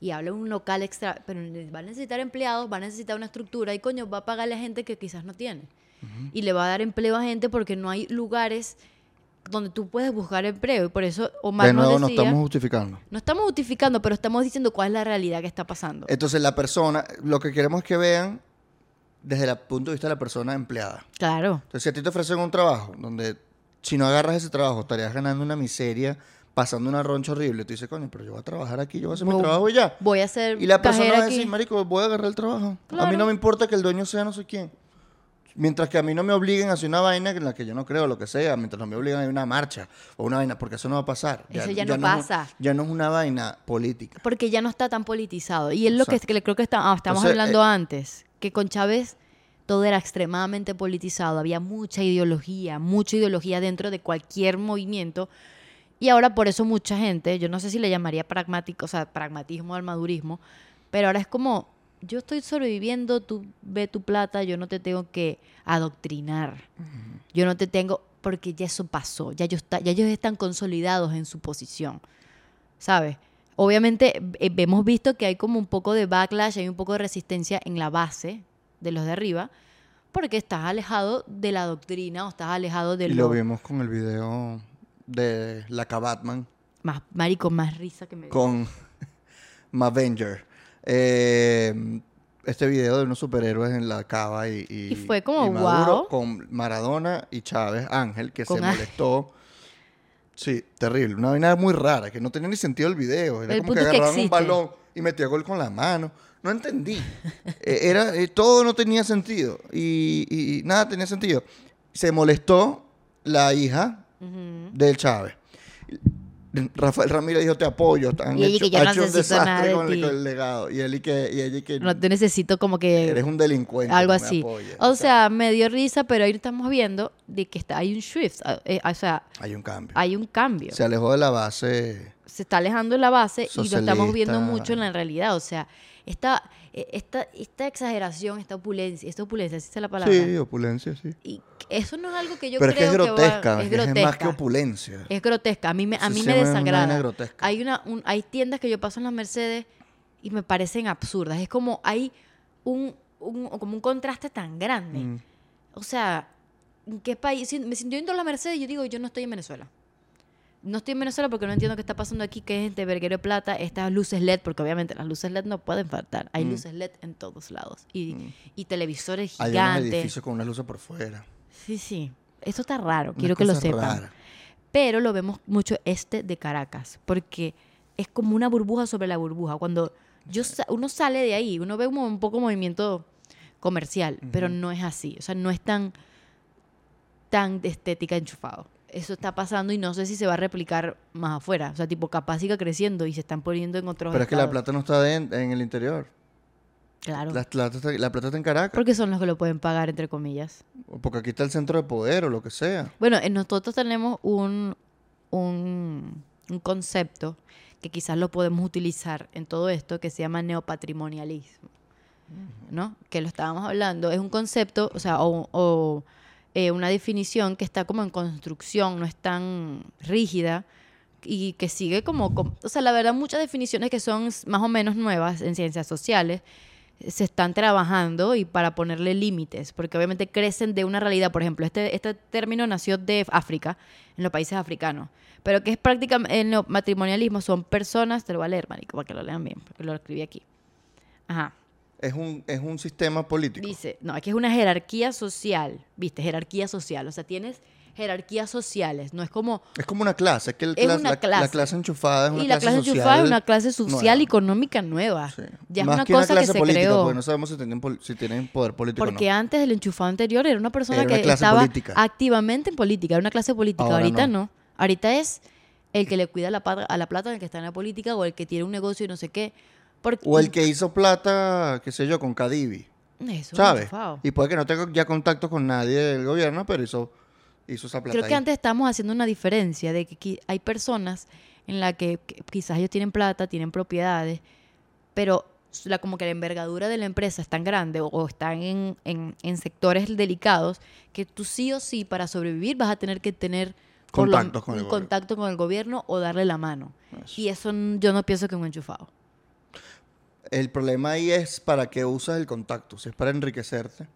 A: y habla en un local extra, pero ne- va a necesitar empleados, va a necesitar una estructura y coño, va a pagarle a gente que quizás no tiene. Y le va a dar empleo a gente porque no hay lugares donde tú puedes buscar empleo. Y por eso Omar
B: de nuevo
A: nos
B: nos
A: decía,
B: estamos justificando.
A: no estamos justificando, pero estamos diciendo cuál es la realidad que está pasando.
B: Entonces, la persona, lo que queremos es que vean desde el punto de vista de la persona empleada.
A: claro.
B: Entonces, si a ti te ofrecen un trabajo donde si no agarras ese trabajo estarías ganando una miseria, pasando una roncha horrible, tú dices, coño, pero yo voy a trabajar aquí, yo voy a hacer mi
A: Voy-
B: trabajo y ya.
A: Voy a hacer
B: Y la persona
A: Em, cajera
B: va a
A: aquí.
B: decir, marico, voy a agarrar el trabajo. A mí
A: Claro.
B: no me importa que el dueño sea no sé quién. Mientras que a mí no me obliguen a hacer una vaina en la que yo no creo, lo que sea, mientras no me obliguen a ir a una marcha o una vaina, porque eso no va a pasar.
A: Eso ya no
B: es un-
A: pasa.
B: ya no es una vaina política.
A: Porque ya no está tan politizado. Y es lo que,
B: Exacto.
A: que le creo que está, ah, estamos
B: Entonces,
A: hablando
B: eh,
A: antes, que con Chávez todo era extremadamente politizado, había mucha ideología, mucha ideología dentro de cualquier movimiento. Y ahora por eso mucha gente, yo no sé si le llamaría pragmático, o sea, pragmatismo al madurismo, pero ahora es como, yo estoy sobreviviendo, tú ve tu plata, yo no te tengo que adoctrinar. Yo no te tengo, porque ya eso pasó, ya ellos, ya ellos están consolidados en su posición, ¿sabes? Obviamente eh, hemos visto que hay como un poco de backlash, hay un poco de resistencia en la base de los de arriba, porque estás alejado de la doctrina o estás alejado
B: Y
A: del...
B: lo vimos con el video de la Batman
A: Más, marico, más risa que me...
B: con Mavenger. Eh, este video de unos superhéroes en la cava y,
A: Y fue como,
B: y Maduro
A: wow.
B: con Maradona y Chávez, Ángel, que
A: Con
B: se
A: Ángel.
B: molestó. Sí, terrible. Una vaina muy rara, que no tenía ni sentido el video. Era
A: El
B: como
A: punto
B: que
A: es que
B: agarraban un
A: existe.
B: balón y metía gol con la mano. No entendí. Eh, era, eh, todo no tenía sentido. Y, y- y nada tenía sentido. Se molestó la hija
A: Ujú.
B: del Chávez. Rafael Ramírez dijo, te apoyo. Han
A: Y ella
B: hecho,
A: que yo no
B: ha hecho un
A: necesito nada
B: desastre
A: de
B: con el,
A: ti.
B: con el legado. Y él y que, y ella y que
A: No te necesito como que...
B: eres un delincuente.
A: algo
B: no me
A: así.
B: apoyes".
A: o sea, me dio risa, pero ahí estamos viendo de que está, hay un shift, ah, eh, o sea,
B: hay un cambio.
A: hay un cambio.
B: Se alejó de la base.
A: se está alejando la base y lo estamos viendo
B: Socialista.
A: mucho en la realidad. O sea, esta, eh, esta, esta exageración, esta opulencia, esta opulencia, así es la palabra.
B: Sí, opulencia, sí.
A: Y eso no es algo que yo
B: Pero es que
A: creo
B: es
A: va-
B: grotesca,
A: es
B: es, que es más que
A: grotesca.
B: opulencia.
A: Es grotesca. A mí me, a
B: Se
A: mí
B: llama
A: me
B: una
A: desagrada.
B: vaina grotesca.
A: Hay, una, un- hay tiendas que yo paso en las Mercedes y me parecen absurdas. Es como hay un, un- como un contraste tan grande.
B: Mm.
A: O sea, ¿en qué país? Si- me sintió yendo a la Mercedes y yo digo, yo no estoy en Venezuela. No estoy en Venezuela porque no entiendo qué está pasando aquí, que es gente verguero de plata, estas luces LED, porque obviamente las luces LED no pueden faltar. Hay
B: Mm.
A: luces LED en todos lados. Y,
B: Mm.
A: y televisores
B: Hay unos
A: gigantes.
B: edificios con unas luces por fuera.
A: Sí, sí. Esto está raro,
B: Unas
A: quiero que lo
B: cosas
A: sepan
B: raras.
A: pero lo vemos mucho este de Caracas, porque es como una burbuja sobre la burbuja. Cuando yo sa- uno sale de ahí, uno ve como un poco movimiento comercial, pero no es así, o sea, no es tan, tan de estética enchufado. Eso está pasando y no sé si se va a replicar más afuera. O sea, tipo, capaz siga creciendo y se están poniendo en otros
B: Pero es que la
A: estados.
B: plata no está den- en el interior.
A: Claro.
B: La, plata está, la plata está en Caracas.
A: Porque son los que lo pueden pagar, entre comillas.
B: Porque aquí está el centro de poder o lo que sea.
A: Bueno, eh, nosotros tenemos un, un, un concepto que quizás lo podemos utilizar en todo esto que se llama neopatrimonialismo, ¿no? Que lo estábamos hablando. Es un concepto, o sea, o, o, eh, una definición que está como en construcción, no es tan rígida y que sigue como, com- o sea, la verdad muchas definiciones que son s- más o menos nuevas en ciencias sociales eh, se están trabajando y para ponerle límites, porque obviamente crecen de una realidad, por ejemplo, este, este término nació de África, en los países africanos, pero que es prácticamente, el matrimonialismo son personas, te lo voy a leer, marico, para que lo lean bien, porque lo escribí aquí. Ajá.
B: Es un, es un sistema político.
A: Dice, no, aquí es una jerarquía social, ¿viste? Jerarquía social, o sea, tienes jerarquías sociales, no es como
B: Es como una clase, es que el
A: Es
B: clas-
A: una
B: la, la
A: clase.
B: clase enchufada es una
A: y la
B: clase,
A: clase
B: social.
A: enchufada es una clase social
B: nueva.
A: y económica nueva.
B: Sí.
A: Ya es
B: Más
A: una
B: que
A: cosa que
B: clase
A: se
B: política,
A: creó.
B: Porque no sabemos si tienen, pol- si tienen poder político
A: Porque
B: o no.
A: antes el enchufado anterior era una persona
B: Era una
A: que
B: clase
A: estaba
B: política.
A: activamente en política, era una clase política.
B: Ahora
A: Ahorita
B: no.
A: no. Ahorita es el que le cuida la pata- a la plata, el que está en la política, o el que tiene un negocio y no sé qué. Porque,
B: O el que hizo plata, qué sé yo, con Cadivi,
A: Eso es un
B: ¿sabes?
A: enchufado.
B: Y puede que no tenga ya contacto con nadie del gobierno, pero hizo, hizo esa plata
A: Creo que
B: ahí.
A: antes estábamos haciendo una diferencia de que qui- hay personas en la que qui- quizás ellos tienen plata, tienen propiedades, pero s- la, como que la envergadura de la empresa es tan grande o, o están en, en- en sectores delicados que tú sí o sí para sobrevivir vas a tener que tener por lo-
B: Contactos con el
A: un
B: gobierno.
A: contacto con el gobierno o darle la mano.
B: Eso.
A: Y eso n- yo no pienso que es un enchufado.
B: El problema ahí es para qué usas el contacto. Si es para enriquecerte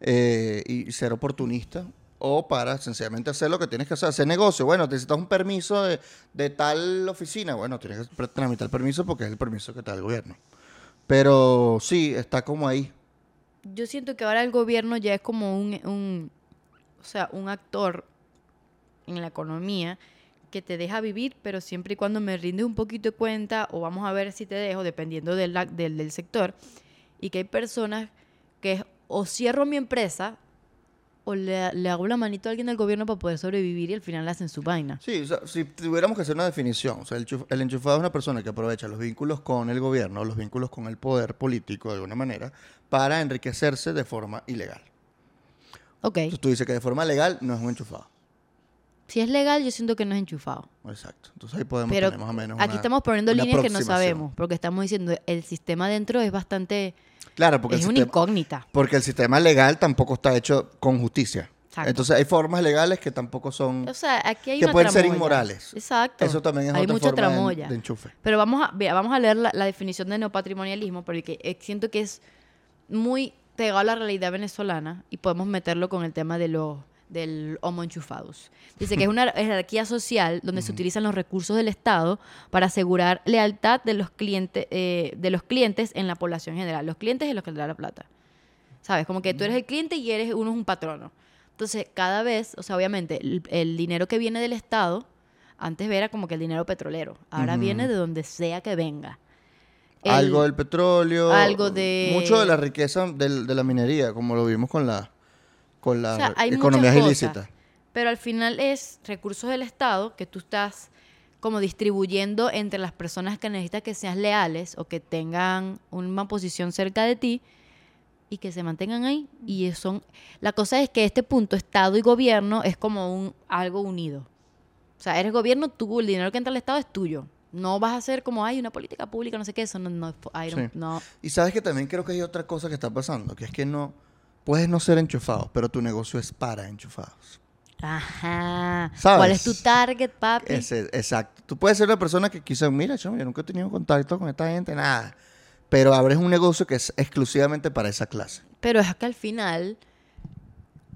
B: eh, y ser oportunista o para sencillamente hacer lo que tienes que hacer, hacer negocio. Bueno, te necesitas un permiso de, de tal oficina. Bueno, tienes que pre- tramitar el permiso porque es el permiso que te da el gobierno. Pero sí, está como ahí.
A: Yo siento que ahora el gobierno ya es como un, un- o sea, un actor en la economía que te deja vivir, pero siempre y cuando me rindes un poquito de cuenta, o vamos a ver si te dejo, dependiendo del, la- del, del sector, y que hay personas que es, o cierro mi empresa o le, le hago la manito a alguien del gobierno para poder sobrevivir y al final hacen su vaina.
B: Sí, o sea, si tuviéramos que hacer una definición, o sea, el, chuf- el enchufado es una persona que aprovecha los vínculos con el gobierno, los vínculos con el poder político de alguna manera, para enriquecerse de forma ilegal.
A: Ok,
B: Entonces tú dices que de forma legal no es un enchufado.
A: Si es legal, yo siento que no es enchufado.
B: Exacto. Entonces ahí podemos
A: Pero
B: tener más o menos.
A: aquí
B: una-
A: estamos poniendo
B: una
A: líneas que no
B: aproximación.
A: sabemos, porque estamos diciendo el sistema dentro es bastante
B: Claro, porque
A: es
B: el
A: una
B: sistema-
A: incógnita.
B: Porque el sistema legal tampoco está hecho con justicia.
A: Exacto.
B: Entonces hay formas legales que tampoco son...
A: O sea, aquí hay
B: que
A: una
B: pueden ser
A: tramoya.
B: inmorales.
A: Exacto.
B: Eso también es
A: hay
B: otra
A: mucha
B: forma de en-
A: tramoya.
B: De, enchufe.
A: Pero vamos a, vea, vamos a leer la, la definición de neopatrimonialismo porque eh, siento que es muy pegado a la realidad venezolana y podemos meterlo con el tema de los del homo enchufados. Dice que es una jerarquía social donde se utilizan los recursos del Estado para asegurar lealtad de los clientes de los clientes en la población en general, los clientes es los que le da la plata. ¿Sabes? Como que tú eres el cliente y eres uno es un patrono. Entonces, cada vez, o sea, obviamente, el, el dinero que viene del Estado, antes era como que el dinero petrolero, ahora
B: Ujú.
A: viene de donde sea que venga. El-
B: algo del petróleo.
A: algo de-
B: Mucho de la riqueza del- de la minería, como lo vimos con la con las
A: o sea, hay
B: economías
A: muchas cosas,
B: ilícitas.
A: Pero al final es recursos del Estado que tú estás como distribuyendo entre las personas que necesitas que sean leales o que tengan una posición cerca de ti y que se mantengan ahí y son la cosa es que este punto Estado y gobierno es como un algo unido. O sea, eres gobierno, tú el dinero que entra al Estado es tuyo. No vas a hacer como hay una política pública, no sé qué, eso no no, I don't-
B: Sí.
A: no
B: Y sabes que también creo que hay otra cosa que está pasando, que es que no puedes no ser enchufado, pero tu negocio es para enchufados.
A: Ajá.
B: ¿Sabes?
A: ¿Cuál es tu target, papi?
B: Ese- exacto. Tú puedes ser una persona que quizás, mira, chamo, yo nunca he tenido contacto con esta gente, nada. Pero abres un negocio que es exclusivamente para esa clase.
A: Pero es que al final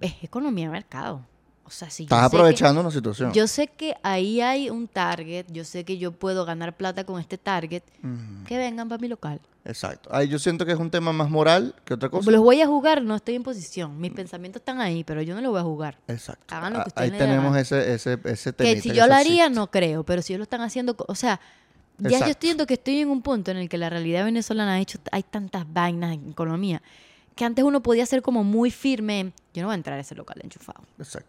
A: es economía de mercado. O sea, si yo sé
B: Estás
A: que-
B: aprovechando una situación.
A: yo sé que ahí hay un target, yo sé que yo puedo ganar plata con este target,
B: Ujú,
A: que vengan para mi local.
B: Exacto. Ahí yo siento que es un tema más moral que otra cosa. Mm.
A: Como los voy a jugar, no estoy en posición. Mis pensamientos están ahí, pero yo no los voy a jugar.
B: Exacto.
A: Hagan lo
B: Ah,
A: que ustedes
B: Ahí
A: le dé la
B: tenemos
A: gana.
B: ese, ese, ese tema.
A: Que si yo lo haría, no creo, pero si ellos lo están haciendo, co- o sea, ya yo
B: Exacto.
A: siento que estoy en un punto en el que la realidad venezolana ha hecho, hay tantas vainas en economía, que antes uno podía ser como muy firme, en, yo no voy a entrar a ese local enchufado.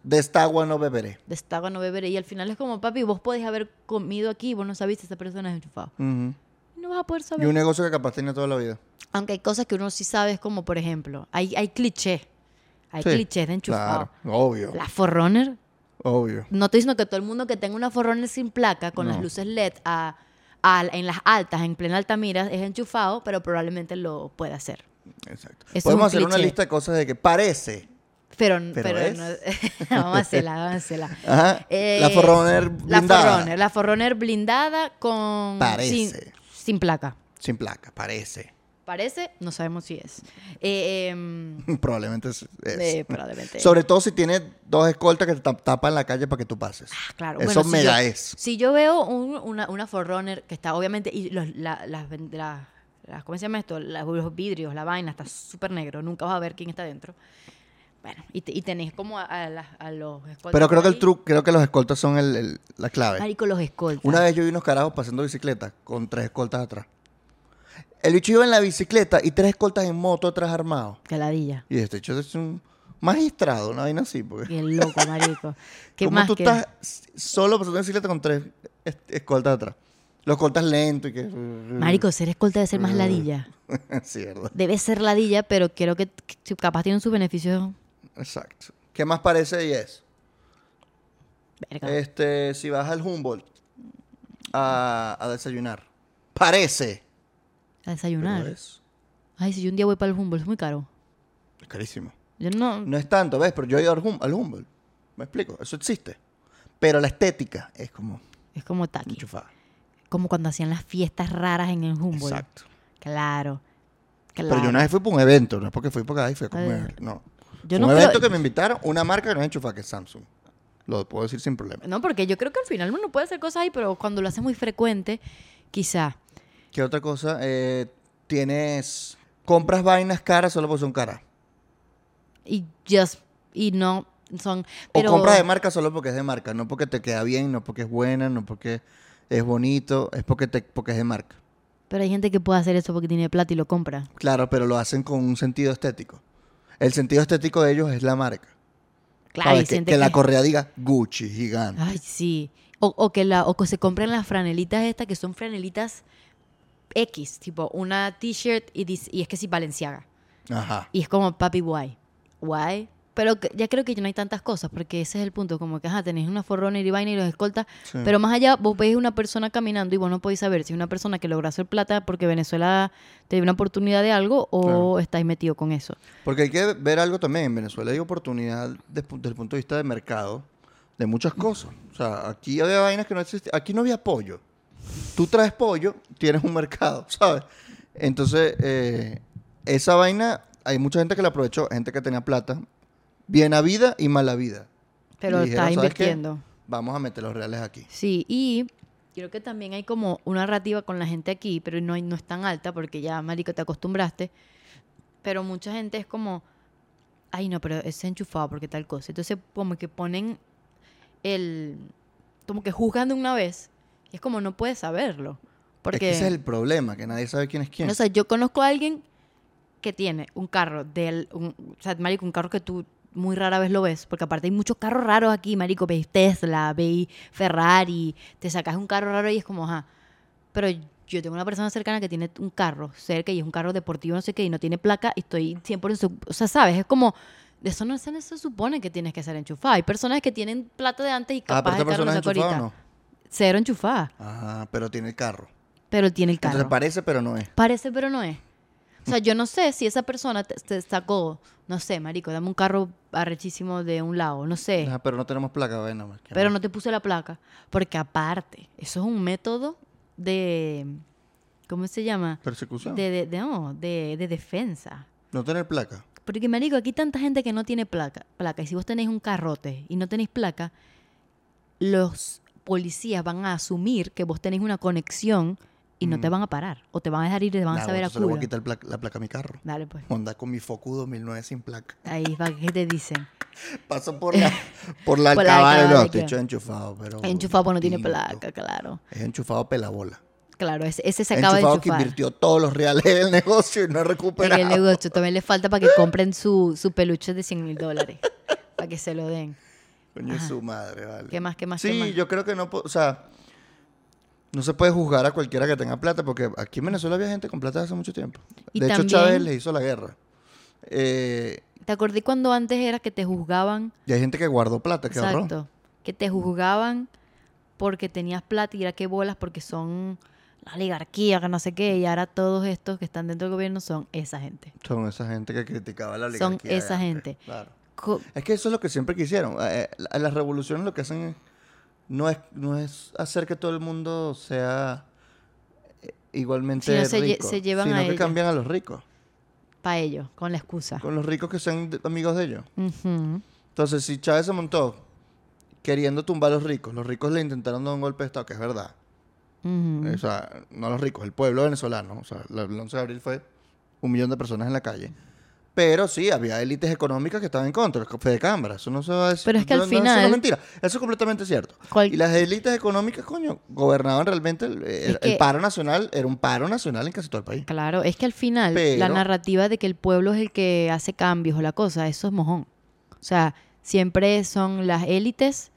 B: De esta agua no beberé.
A: de esta agua no beberé. Y al final es como, papi, vos podés haber comido aquí y vos no sabés si esa persona es enchufada.
B: Ujú.
A: No vas a poder
B: Y
A: saber.
B: un negocio que capaz tenía toda la vida.
A: Aunque hay cosas que uno sí sabe, es como, por ejemplo, hay, hay clichés. Hay
B: Sí,
A: clichés de enchufado.
B: Claro, obvio.
A: La forrunner.
B: Obvio.
A: No estoy diciendo que todo el mundo que tenga una forrunner sin placa, con las
B: No.
A: luces LED a- a- en las altas, en plena altamira, es enchufado, pero probablemente lo pueda hacer.
B: Exacto.
A: es un
B: Podemos hacer una
A: cliché.
B: lista de cosas de que parece.
A: Pero,
B: Pero
A: pero,
B: es.
A: no- vamos a hacerla, vamos a hacerla.
B: Ajá.
A: Eh,
B: la forrunner
A: La
B: blindada.
A: forrunner, la forrunner blindada con...
B: Parece.
A: Sin, sin placa.
B: Sin placa, parece.
A: Parece, no sabemos si es. Eh, em,
B: Probablemente es. es.
A: eh, probablemente.
B: Sobre todo si tiene dos escoltas que te tap- tapan la calle para que tú pases.
A: Ah, claro.
B: Eso
A: bueno, si
B: mega
A: yo-
B: es.
A: Si yo veo un- una, una Forerunner que está obviamente. Y los, la- las, ven- la- las- ¿Cómo se llama esto? La- los vidrios, la vaina, está súper negro. Nunca vas a ver quién está dentro. Bueno, y, te- y tenés como a, a las- a los escoltas
B: Pero creo
A: por
B: que el
A: ahí.
B: truco, creo que los escoltas son el- el- la clave.
A: Marico, los escoltas.
B: Una vez yo vi unos carajos pasando bicicleta con tres escoltas atrás. El bicho iba en la bicicleta y tres escoltas en moto atrás armados.
A: Caladilla.
B: Y este bicho es un magistrado, una vaina así. Porque,
A: Bien loco, marico. ¿Qué
B: ¿Cómo
A: más
B: tú
A: que-
B: estás solo pasando bicicleta con tres es- escoltas atrás? Los escoltas lento y que... Mm.
A: Marico, ser escolta debe ser más ladilla.
B: sí, verdad.
A: Debe ser ladilla, pero creo que, que capaz tienen sus beneficios.
B: Exacto. ¿Qué más parece y es?
A: Verga.
B: Este, si vas al Humboldt a, a desayunar. Parece.
A: A
B: Pero
A: desayunar.
B: es,
A: Ay, si yo un día voy para el Humboldt, es muy caro.
B: es carísimo.
A: Yo no.
B: No es tanto, ¿ves? Pero yo he ido al, hum al Humboldt. ¿Me explico? Eso existe. Pero la estética es como
A: Es como taqui.
B: enchufada.
A: Como cuando hacían las fiestas raras en el Humboldt.
B: Exacto.
A: Claro. Claro.
B: Pero yo una vez fui por un evento, no es porque fui porque ahí fui a comer. No.
A: Yo
B: Fue
A: no
B: un
A: creo-
B: evento que me invitaron, una marca que no es enchufada, que es Samsung. Lo puedo decir sin problema.
A: No, porque yo creo que al final uno puede hacer cosas ahí, pero cuando lo haces muy frecuente, quizá.
B: ¿Qué otra cosa? Eh, tienes. Compras vainas caras solo porque son caras.
A: Y just. Y no son.
B: O
A: Pero.
B: compras de marca solo porque es de marca. No porque te queda bien, no porque es buena, no porque es bonito. Es porque, te, porque es de marca.
A: Pero hay gente que puede hacer eso porque tiene plata y lo compra.
B: Claro, pero lo hacen con un sentido estético. El sentido estético de ellos es la marca.
A: Claro,
B: ¿Sabes?
A: y
B: Que,
A: siente
B: que
A: que.
B: la correa diga Gucci, gigante.
A: Ay, sí. O, o que la, o que se compren las franelitas estas, que son franelitas X, tipo una t-shirt y, dice- y es que sí, Valenciaga.
B: Ajá.
A: Y es como, papi, guay. Guay, Pero que- ya creo que ya no hay tantas cosas, porque ese es el punto, como que, ajá, tenéis una forrunner y vaina y los escoltas,
B: Sí.
A: pero más allá vos veis una persona caminando y vos no podéis saber si es una persona que logró hacer plata porque Venezuela te dio una oportunidad de algo o
B: Claro.
A: estáis metido con eso.
B: Porque hay que ver algo también. En Venezuela hay oportunidad de- desde el punto de vista de mercado de muchas cosas. O sea, aquí había vainas que no existían. Aquí no había pollo. Tú traes pollo, tienes un mercado, ¿sabes? Entonces, eh, esa vaina, hay mucha gente que la aprovechó, gente que tenía plata, bien a vida y mala vida.
A: Pero
B: Y dijeron,
A: estás
B: "¿Sabes qué?
A: invirtiendo.
B: Vamos a meter los reales aquí.
A: Sí, y creo que también hay como una narrativa con la gente aquí, pero no, hay- no es tan alta porque ya, marico, te acostumbraste. Pero mucha gente es como, ay, no, pero es enchufado porque tal cosa. Entonces, como que ponen el. como que juzgan de una vez. Y es como, no puedes saberlo. Porque.
B: Es que ese es el problema, que nadie sabe quién es quién.
A: O sea, yo conozco a alguien que tiene un carro del. un- o sea, marico, un carro que tú muy rara vez lo ves, porque aparte hay muchos carros raros aquí, marico. Veis Tesla, veis Ferrari, te sacas un carro raro y es como, ajá. Pero yo tengo una persona cercana que tiene un carro cerca y es un carro deportivo, no sé qué, y no tiene placa y estoy 100%. O sea, sabes, es como. De eso no se, no se supone que tienes que ser enchufada. Hay personas que tienen plata de antes y
B: ah,
A: capaz
B: pero esta
A: el carro lo
B: persona es
A: sacó
B: enchufada
A: ahorita.
B: o no.
A: Cero enchufada,
B: Ajá, pero tiene el carro.
A: pero él tiene el carro.
B: Entonces parece, pero no es.
A: Parece, pero no es. O sea, yo no sé si esa persona te, te sacó, no sé, marico, dame un carro arrechísimo de un lado, no sé.
B: Ajá, pero no tenemos placa, bueno, más que
A: pero
B: nada.
A: no te puse la placa. Porque aparte, eso es un método de. ¿Cómo se llama?
B: Persecución.
A: De, de- de- no, de, de defensa.
B: No tener placa.
A: Porque, marico, aquí hay tanta gente que no tiene placa, placa. Y si vos tenéis un carrote y no tenéis placa, los policías van a asumir que vos tenéis una conexión y no te van a parar. O te van a dejar ir y te van
B: Mm. Nah,
A: a saber
B: bueno,
A: a
B: entonces le voy
A: culo.
B: a quitar pla- la placa a mi carro.
A: Dale, pues.
B: Honda con mi Focus 2009 sin placa.
A: Ahí va que te dicen.
B: Paso por la, por la
A: Por la
B: alcabala.
A: alcabala,
B: No, estoy
A: claro.
B: hecho enchufado, pero...
A: Enchufado pues no tiene
B: distinto.
A: placa, claro.
B: Es enchufado pelabola.
A: Claro, ese, ese se acaba de
B: Enchufado que
A: enchufar.
B: invirtió todos los reales del negocio y no ha
A: En
B: recuperado.
A: el negocio también le falta para que compren su, su peluche de 100 mil dólares. para que se lo den.
B: Coño,
A: Ajá.
B: su madre, vale.
A: ¿Qué más, qué más, qué
B: Sí,
A: más?
B: yo creo que no... po- O sea, no se puede juzgar a cualquiera que tenga plata porque aquí en Venezuela había gente con plata hace mucho tiempo.
A: Y
B: de hecho,
A: también-
B: Chávez le hizo la guerra. Eh,
A: ¿Te acordé cuando antes era que te juzgaban?
B: y hay gente que guardó plata, que ahorró.
A: Exacto. Que te juzgaban porque tenías plata y era que bolas porque son la oligarquía, que no sé qué. Y ahora todos estos que están dentro del gobierno son esa gente.
B: Son esa gente que criticaba la
A: Son
B: oligarquía de
A: esa
B: antes,
A: gente.
B: Claro.
A: Co-
B: Es que eso es lo que siempre quisieron. Eh, la- las revoluciones lo que hacen es- no es no es hacer que todo el mundo sea eh, igualmente
A: Sino se lle-
B: rico,
A: se llevan
B: sino
A: a Ah.
B: que
A: ella.
B: cambian a los ricos,
A: Para ellos, con la excusa.
B: con los ricos que sean de- amigos de ellos.
A: Ujú.
B: Entonces, si Chávez se montó queriendo tumbar a los ricos, los ricos le intentaron dar un golpe de estado, que es verdad.
A: Ujú.
B: O sea, no los ricos, el pueblo venezolano. O sea, la- el 11 de abril fue un millón de personas en la calle. Pero sí, había élites económicas que estaban en contra. Fue de cámara, eso no se va a decir.
A: Pero es que al
B: no- no, eso no es
A: final-
B: mentira, eso es completamente cierto.
A: Cual-
B: Y las élites económicas, coño, gobernaban realmente. El, el-
A: Es que-
B: el paro nacional era un paro nacional en casi todo el país.
A: Claro, es que al final la
B: Pero-
A: narrativa de que el pueblo es el que hace cambios o la cosa, eso es mojón. O sea, siempre son las élites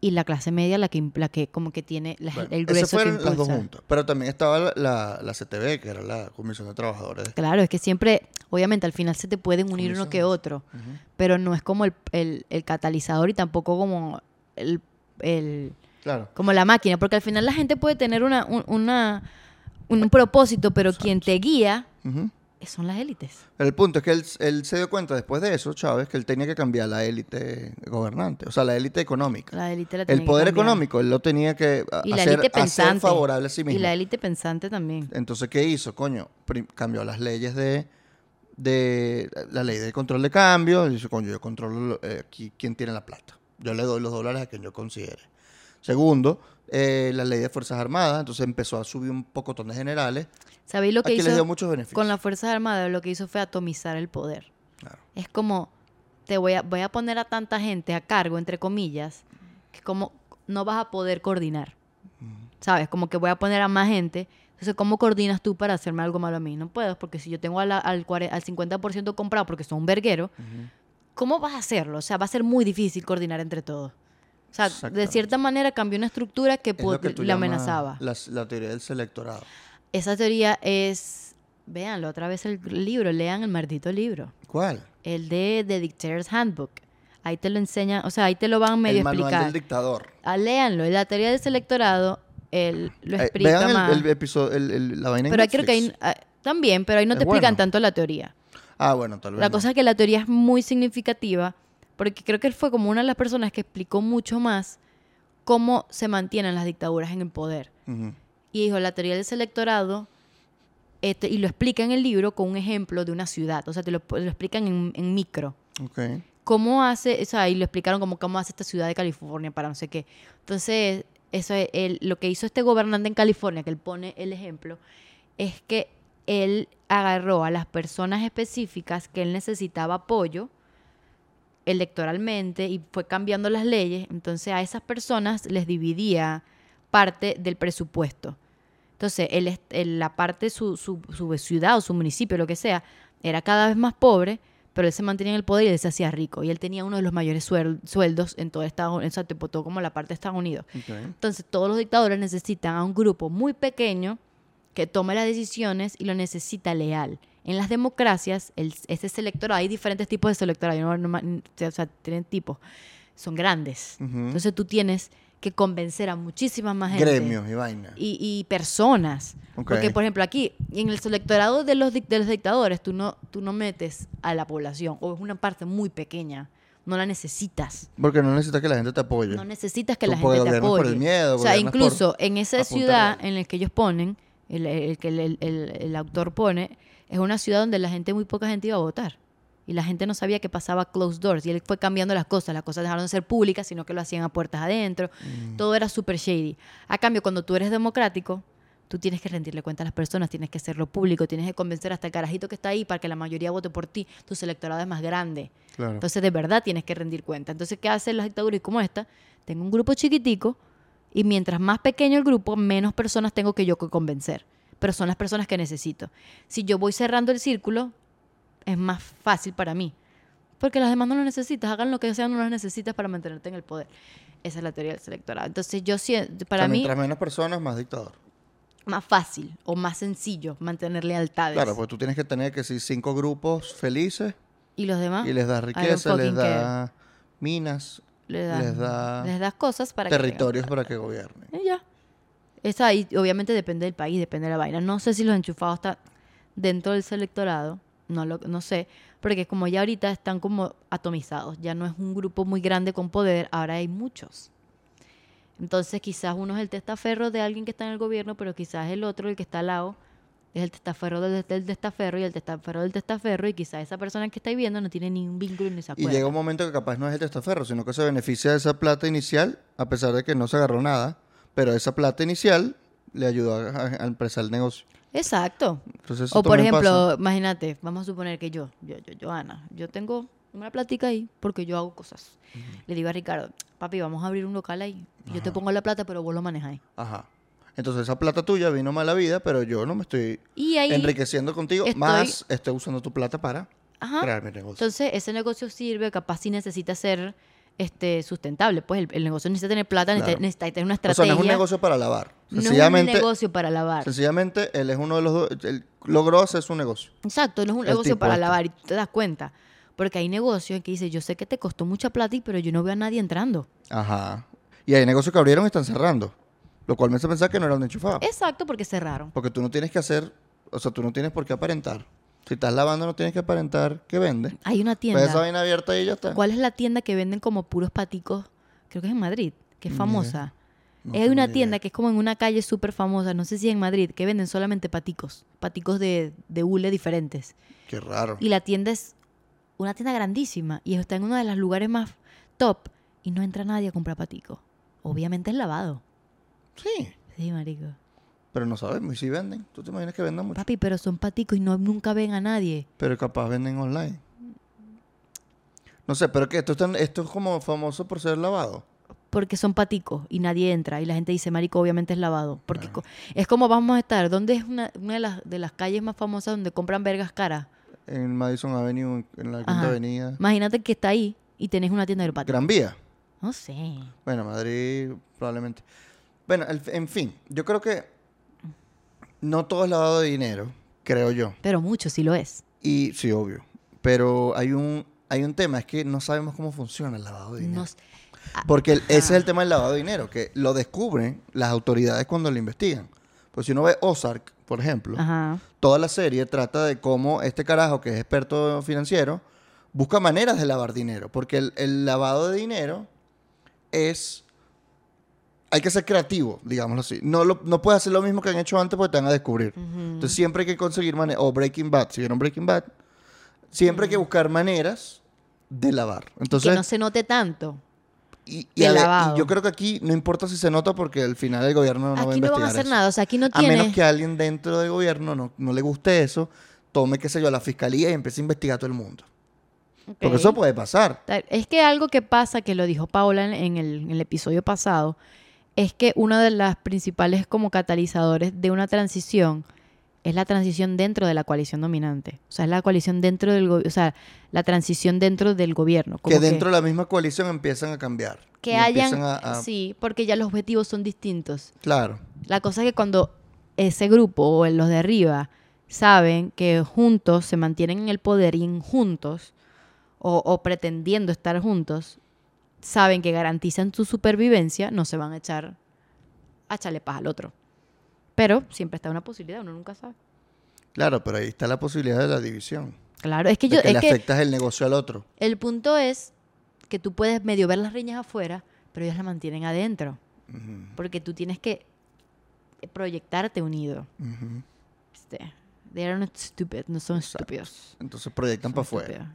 A: y la clase media la que, im- la que como que tiene la-
B: Bueno,
A: Pues, el
B: esas
A: grueso que
B: fueron las dos
A: impulsa.
B: juntas. Pero también estaba la, la, la CTV, que era la Comisión de Trabajadores.
A: Claro, es que siempre, obviamente al final se te pueden unir uno
B: Comisión.
A: que otro,
B: Ujú.
A: pero no es como el, el- el catalizador y tampoco como el, el-
B: Claro.
A: como la máquina, porque al final la gente puede tener una, un, una- un propósito, pero quien te guía
B: Ujú.
A: son las élites.
B: El punto es que él, él se dio cuenta después de eso, Chávez, que él tenía que cambiar la élite gobernante, o sea, la élite económica.
A: La élite la tiene que
B: el poder
A: cambiar.
B: económico, él lo tenía que a-
A: Y la
B: hacer,
A: élite
B: hacer
A: pensante.
B: favorable a sí mismo.
A: Y la élite pensante también.
B: Entonces, ¿qué hizo? Coño, Prim- cambió las leyes de, de la ley de control de cambio. Y dice, coño, yo controlo lo- eh, aquí quién tiene la plata. Yo le doy los dólares a quien yo considere. Segundo, eh, la ley de Fuerzas Armadas. Entonces empezó a subir un pocotón de generales.
A: ¿Sabéis lo que
B: Aquí les dio
A: hizo
B: muchos beneficios.
A: con las Fuerzas Armadas? Lo que hizo fue atomizar el poder.
B: Claro.
A: Es como, te voy a, voy a poner a tanta gente a cargo, entre comillas, que como no vas a poder coordinar. ¿Sabes? Como que voy a poner a más gente. Entonces, ¿cómo coordinas tú para hacerme algo malo a mí? No puedo, porque si yo tengo a la- al, cuare- al 50% comprado porque son un verguero, ¿cómo vas a hacerlo? O sea, va a ser muy difícil coordinar entre todos. O sea, de
B: Exactamente.
A: cierta manera cambió una estructura que,
B: Es lo
A: pod-
B: que tú
A: la
B: llamas
A: amenazaba.
B: las- La, teoría del selectorado.
A: Esa teoría es Véanlo otra vez el libro, lean el maldito libro.
B: ¿Cuál?
A: El de The Dictator's Handbook. Ahí te lo enseñan, o sea, ahí te lo van medio
B: el
A: a
B: manual
A: explicar.
B: del dictador.
A: Ah, léanlo, la teoría del selectorado, él lo
B: Eh,
A: explica
B: vean el-
A: más.
B: el, episodio, el- el- la vaina en
A: pero ahí creo que ahí,
B: Netflix.
A: ah, también, pero ahí no
B: Es
A: te explican
B: bueno.
A: tanto la teoría.
B: Ah, bueno, tal vez.
A: La
B: no.
A: cosa es que la teoría es muy significativa porque creo que él fue como una de las personas que explicó mucho más cómo se mantienen las dictaduras en el poder.
B: Ujú.
A: Y dijo, la teoría del selectorado, este, y lo explica en el libro con un ejemplo de una ciudad, o sea, te lo, lo explican en, en micro.
B: Ok.
A: ¿Cómo hace, o sea, y lo explicaron como cómo hace esta ciudad de California para no sé qué. Entonces, eso es él- lo que hizo este gobernante en California, que él pone el ejemplo, es que él agarró a las personas específicas que él necesitaba apoyo electoralmente y fue cambiando las leyes, entonces a esas personas les dividía parte del presupuesto. Entonces, el, est- el- la parte, su, su, su ciudad o su municipio, lo que sea, era cada vez más pobre, pero él se mantenía en el poder y él se hacía rico. Y él tenía uno de los mayores suel- sueldos en todo Estados Unidos, o sea, tipo, todo como la parte de Estados Unidos.
B: ok.
A: Entonces, todos los dictadores necesitan a un grupo muy pequeño que tome las decisiones y lo necesita leal. En las democracias, el, ese selectorado, hay diferentes tipos de selectorado, yo no- no ma- o sea, tienen tipos, son grandes.
B: Ujú.
A: Entonces, tú tienes que convencer a muchísima más gente
B: Gremios y vaina.
A: y, y personas.
B: Ok.
A: Porque, por ejemplo, aquí, en el selectorado de los, dic- de los dictadores, tú no, tú no metes a la población, o es una parte muy pequeña, no la necesitas.
B: Porque no necesitas que la gente te apoye.
A: No necesitas que
B: Tú
A: la
B: porque
A: gente te
B: gobiernas por
A: apoye.
B: el miedo,
A: o sea,
B: gobiernas por
A: incluso en esa
B: apuntar
A: ciudad
B: algo.
A: en la que ellos ponen, el, el que el, el- el- el autor pone, es una ciudad donde la gente, muy poca gente iba a votar. Y la gente no sabía que pasaba closed doors. Y él fue cambiando las cosas. Las cosas dejaron de ser públicas, sino que lo hacían a puertas adentro.
B: Mm.
A: Todo era súper shady. A cambio, cuando tú eres democrático, tú tienes que rendirle cuenta a las personas, tienes que hacerlo público, tienes que convencer hasta el carajito que está ahí para que la mayoría vote por ti. Tu electorado es más grande.
B: Claro.
A: Entonces, de verdad tienes que rendir cuenta. Entonces, ¿qué hacen las dictaduras como esta? Tengo un grupo chiquitico y mientras más pequeño el grupo, menos personas tengo que yo que convencer. Pero son las personas que necesito. Si yo voy cerrando el círculo, es más fácil para mí. Porque las demás no lo necesitas. Hagan lo que sean, no las necesitas para mantenerte en el poder. Esa es la teoría del selectorado. Entonces, yo siento,
B: O sea,
A: para mí,
B: Mientras menos personas, más dictador.
A: más fácil o más sencillo mantener lealtades.
B: Claro, pues tú tienes que tener que si cinco grupos felices
A: y los demás
B: y les das
A: I don't
B: riqueza, les
A: Ah, fucking care.
B: das minas,
A: les das,
B: les da
A: les das cosas para que tengan-
B: territorios para que gobiernen.
A: Y ya. Esa ahí, obviamente depende del país, depende de la vaina. No sé si los enchufados están dentro del selectorado, no lo no sé, porque como ya ahorita están como atomizados, ya no es un grupo muy grande con poder, ahora hay muchos. Entonces quizás uno es el testaferro de alguien que está en el gobierno, pero quizás el otro, el que está al lado, es el testaferro del, del testaferro y el testaferro del testaferro y quizás esa persona que está viendo no tiene ningún vínculo ni se
B: Y
A: acuerda.
B: llega un momento que capaz no es el testaferro, sino que se beneficia de esa plata inicial, a pesar de que no se agarró nada, pero esa plata inicial le ayudó a, a- a empezar el negocio.
A: Exacto.
B: Entonces, eso
A: O por
B: también
A: ejemplo,
B: pasa.
A: imagínate, vamos a suponer que yo, yo, yo, yo, Ana, yo tengo una platica ahí porque yo hago cosas. Le digo a Ricardo, papi, vamos a abrir un local ahí. Yo te pongo la plata, pero vos lo manejáis.
B: Ajá. Entonces esa plata tuya vino mala vida, pero yo no me estoy
A: Y ahí,
B: enriqueciendo contigo,
A: estoy-
B: más estoy usando tu plata para
A: Ajá.
B: crear mi negocio.
A: entonces ese negocio sirve, capaz si necesita ser este, sustentable. Pues el, el negocio necesita tener plata,
B: Claro.
A: necesita, necesita tener una
B: o
A: estrategia.
B: sea, no es un negocio para lavar.
A: No es un
B: Sencillamente,
A: negocio para lavar.
B: Sencillamente, él es uno de los dos. Él logró hacer su negocio.
A: Exacto, no es un
B: El
A: negocio
B: tipo
A: para
B: este.
A: lavar y tú te das cuenta. Porque hay negocios que dicen, yo sé que te costó mucha plata, y- pero yo no veo a nadie entrando.
B: Ajá. Y hay negocios que abrieron y están cerrando. Lo cual me hace pensar que no era un enchufado.
A: Exacto, porque cerraron.
B: Porque tú no tienes que hacer. O sea, tú no tienes por qué aparentar. Si estás lavando, no tienes que aparentar que vende.
A: Hay una tienda.
B: Pues esa vaina abierta y ya está.
A: ¿Cuál es la tienda que venden como puros paticos? Creo que es en Madrid, que es
B: Ni
A: famosa.
B: No
A: Hay
B: tengo
A: una
B: ni
A: tienda
B: idea.
A: que es como en una calle súper famosa, no sé si en Madrid, que venden solamente paticos, paticos de, de hule diferentes.
B: Qué raro.
A: Y la tienda es una tienda grandísima y está en uno de los lugares más top y no entra nadie a comprar paticos. Obviamente es lavado.
B: Sí.
A: Sí, marico.
B: Pero no sabemos. Y si venden. Tú te imaginas que vendan mucho.
A: Papi, pero son paticos y no, nunca ven a nadie.
B: Pero capaz venden online. No sé, pero que esto, es tan- esto es como famoso por ser lavado.
A: porque son paticos y nadie entra y la gente dice marico obviamente es lavado porque co- es como vamos a estar ¿dónde es una, una de, las, de las calles más famosas donde compran vergas caras?
B: En Madison Avenue, en la Quinta
A: Ajá. Mm.
B: Avenida.
A: imagínate que está ahí y tenés una tienda de paticos
B: Gran Vía.
A: no sé
B: Bueno, Madrid probablemente. Bueno, el- en fin, yo creo que no todo es lavado de dinero, creo yo.
A: Pero mucho sí lo es.
B: Y sí, obvio. Pero hay un, hay un tema, es que no sabemos cómo funciona el lavado de dinero.
A: Nos- Ah,
B: Porque el- ese es
A: ajá.
B: el tema del lavado de dinero, que lo descubren las autoridades cuando lo investigan. Pues si uno ve Ozark, por ejemplo,
A: Ajá.
B: toda la serie trata de cómo este carajo que es experto financiero busca maneras de lavar dinero. Porque el, el lavado de dinero es... Hay que ser creativo, digámoslo así. No, lo- no puedes hacer lo mismo que han hecho antes porque te van a descubrir. Entonces siempre hay que conseguir maneras... O Breaking Bad, si vieron Breaking Bad. Siempre hay que buscar maneras de lavar. Entonces,
A: Mm. que no se note tanto.
B: y, y
A: de
B: ade- y
A: lavado.
B: yo creo que aquí no importa si se nota porque al final el gobierno no va a
A: aquí no
B: investigar
A: van a hacer
B: eso.
A: nada. O sea, aquí no
B: A
A: tiene.
B: menos que alguien dentro del gobierno no, no le guste eso, tome, qué sé yo, la fiscalía y empiece a investigar a todo el mundo.
A: Ok.
B: Porque eso puede pasar.
A: Ta- Es que algo que pasa, que lo dijo Paola en, en el, en el episodio pasado, es que una de las principales como catalizadores de una transición es la transición dentro de la coalición dominante. O sea, es la coalición dentro del gobierno, o sea, la transición dentro del gobierno. como
B: Que dentro de la misma coalición empiezan a cambiar.
A: que
B: y
A: hayan...
B: empiezan a- a-
A: Sí, porque ya los objetivos son distintos.
B: Claro.
A: La cosa es que cuando ese grupo o los de arriba saben que juntos se mantienen en el poder y en juntos o, o pretendiendo estar juntos, saben que garantizan su supervivencia, no se van a echar a echarle paz al otro. Pero siempre está una posibilidad, uno nunca sabe.
B: Claro, pero ahí está la posibilidad de la división.
A: Claro, es que
B: de
A: yo
B: que le
A: es que
B: afectas el negocio al otro.
A: el punto es que tú puedes medio ver las riñas afuera, pero ellas las mantienen adentro,
B: Ujú,
A: porque tú tienes que proyectarte unido.
B: ujú.
A: Este, they are not stupid, no son
B: Exacto.
A: estúpidos.
B: Entonces proyectan
A: son
B: para afuera.
A: estúpidos.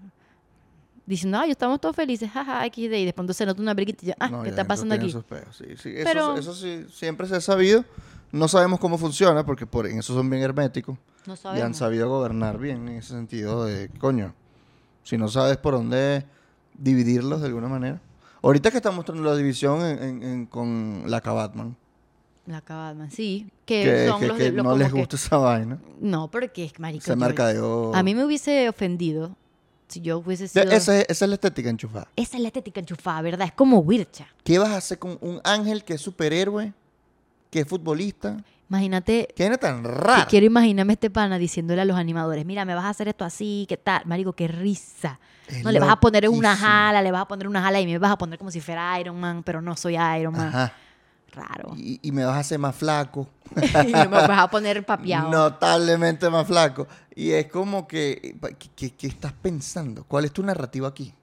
A: Diciendo, ay, estamos todos felices, jaja, XD. Y después entonces nota una briquita y yo, ah,
B: No,
A: ¿qué está
B: ya adentro
A: pasando
B: tienen
A: aquí?
B: sus peos, sí, sí. Eso,
A: Pero-
B: eso sí, siempre se ha sabido. No sabemos cómo funciona porque por, en eso son bien herméticos.
A: No
B: y han
A: sabemos.
B: sabido gobernar bien en ese sentido de, coño, si no sabes por dónde dividirlos de alguna manera. Ahorita que están mostrando la división en- en- en- con la Cabatman,
A: La Cabadman, sí. Que,
B: que,
A: son
B: que-
A: los,
B: que
A: de- los
B: no
A: como
B: les
A: que-
B: gusta esa vaina,
A: No, porque es marico.
B: se
A: yo-
B: mercadeó.
A: A mí me hubiese ofendido si yo hubiese
B: Ya,
A: sido...
B: esa, es, esa es la estética enchufada.
A: Esa es la estética enchufada, ¿verdad? Es como Wircha.
B: ¿Qué vas a hacer con un ángel que es superhéroe, que es futbolista?
A: Imagínate,
B: ¿Qué vaina tan
A: que
B: rara?
A: quiero imaginarme a este pana diciéndole a los animadores, mira, me vas a hacer esto así, ¿qué tal? Marico, qué risa.
B: Es
A: No, le vas a poner una
B: loquísimo.
A: jala, le vas a poner una jala y me vas a poner como si fuera Iron Man, pero no soy Iron Man.
B: Ajá.
A: Raro.
B: Y, y me vas a hacer más flaco.
A: Y no me vas a poner papiado.
B: Notablemente más flaco. Y es como que, ¿qué, qué- qué estás pensando? ¿Cuál es tu narrativa aquí?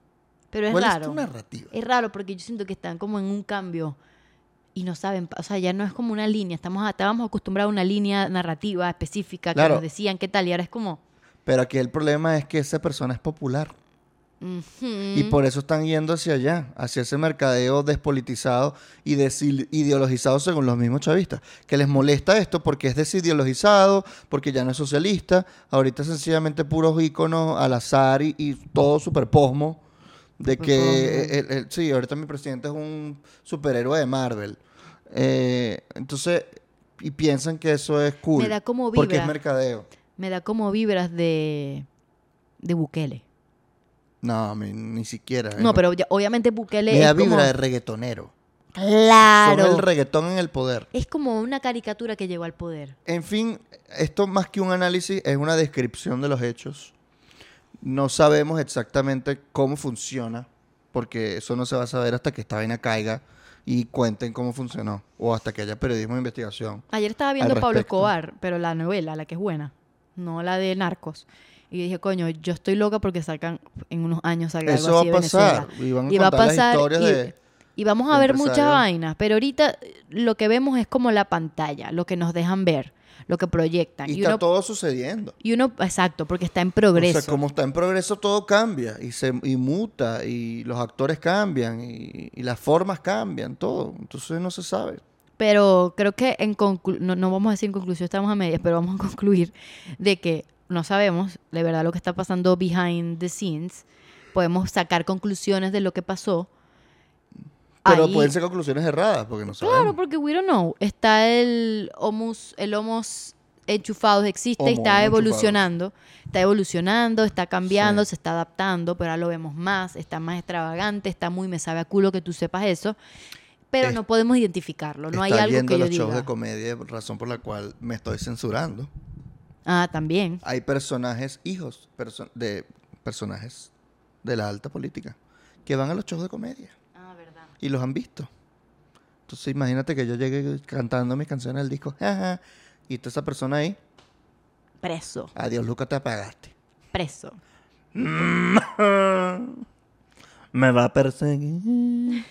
A: pero es
B: ¿Cuál
A: raro.
B: es tu narrativa?
A: Es raro porque yo siento que están como en un cambio y no saben, pa- o sea, ya no es como una línea, estamos a- estábamos acostumbrados a una línea narrativa específica que
B: Claro.
A: nos decían qué tal y ahora es como
B: Pero aquí el problema es que esa persona es popular. Y
A: ujú,
B: por eso están yendo hacia allá, hacia ese mercadeo despolitizado y desideologizado según los mismos chavistas. Que les molesta esto porque es desideologizado, porque ya no es socialista. Ahorita sencillamente puros íconos al azar y, y todo super posmo. De que,
A: Superposmo.
B: el- el- sí, ahorita mi presidente es un superhéroe de Marvel. Eh, entonces, y piensan que eso es cool.
A: Me da como
B: Porque es
A: vibra.
B: mercadeo.
A: me da como vibras de de Bukele.
B: No, mi- ni siquiera.
A: No, pero ya- obviamente Bukele
B: Me da
A: es como
B: vibra de reggaetonero. Son
A: claro.
B: el reggaetón en el poder.
A: Es como una caricatura que llegó al poder.
B: En fin, esto más que un análisis es una descripción de los hechos. No sabemos exactamente cómo funciona, porque eso no se va a saber hasta que esta vaina caiga y cuenten cómo funcionó, o hasta que haya periodismo de investigación.
A: Ayer estaba viendo
B: Al
A: Pablo
B: respecto.
A: Escobar, pero la novela, la que es buena, no la de Narcos. Y dije, coño, yo estoy loca porque sacan, en unos años sacan
B: Eso
A: algo
B: va
A: así
B: a
A: de Venezuela.
B: pasar. Y van a
A: Y va a
B: contar las
A: pasar
B: historias
A: y,
B: de...
A: y vamos a
B: de
A: ver muchas
B: empresarios.
A: vainas, pero ahorita eh, lo que vemos es como la pantalla, lo que nos dejan ver, lo que proyectan.
B: Y
A: Y,
B: está
A: uno,
B: todo sucediendo.
A: y uno, exacto, porque está en
B: O
A: progreso.
B: sea, como está en progreso, todo cambia y se y muta y los actores cambian y, y las formas cambian, todo. Entonces no se sabe.
A: Pero creo que en conclu- no, no vamos a decir en conclusión, estamos a medias, pero vamos a concluir de que no sabemos de verdad lo que está pasando behind the scenes. Podemos sacar conclusiones de lo que pasó.
B: Pero
A: Ahí-
B: pueden ser conclusiones erradas porque no sabemos.
A: Claro, porque we don't know. Está el homus, el homos enchufados existe y
B: Homo
A: está
B: enchufados.
A: evolucionando, está evolucionando, está cambiando,
B: Sí.
A: se está adaptando, pero ahora lo vemos más, está más extravagante, está muy me sabe a culo que tú sepas eso, pero
B: Es-
A: no podemos identificarlo, no hay
B: Está
A: algo
B: yendo
A: que
B: a
A: yo
B: los shows
A: diga.
B: de comedia, razón por la cual me estoy censurando.
A: Ah, también.
B: Hay personajes hijos perso- de personajes de la alta política que van a los shows de comedia
A: Ah, verdad.
B: y los han visto. Entonces imagínate que yo llegue cantando mis canciones del disco jaja, y está esa persona ahí.
A: Preso,
B: Adiós, Lucas, te apagaste.
A: preso.
B: Me va a
A: Mm.
B: perseguir.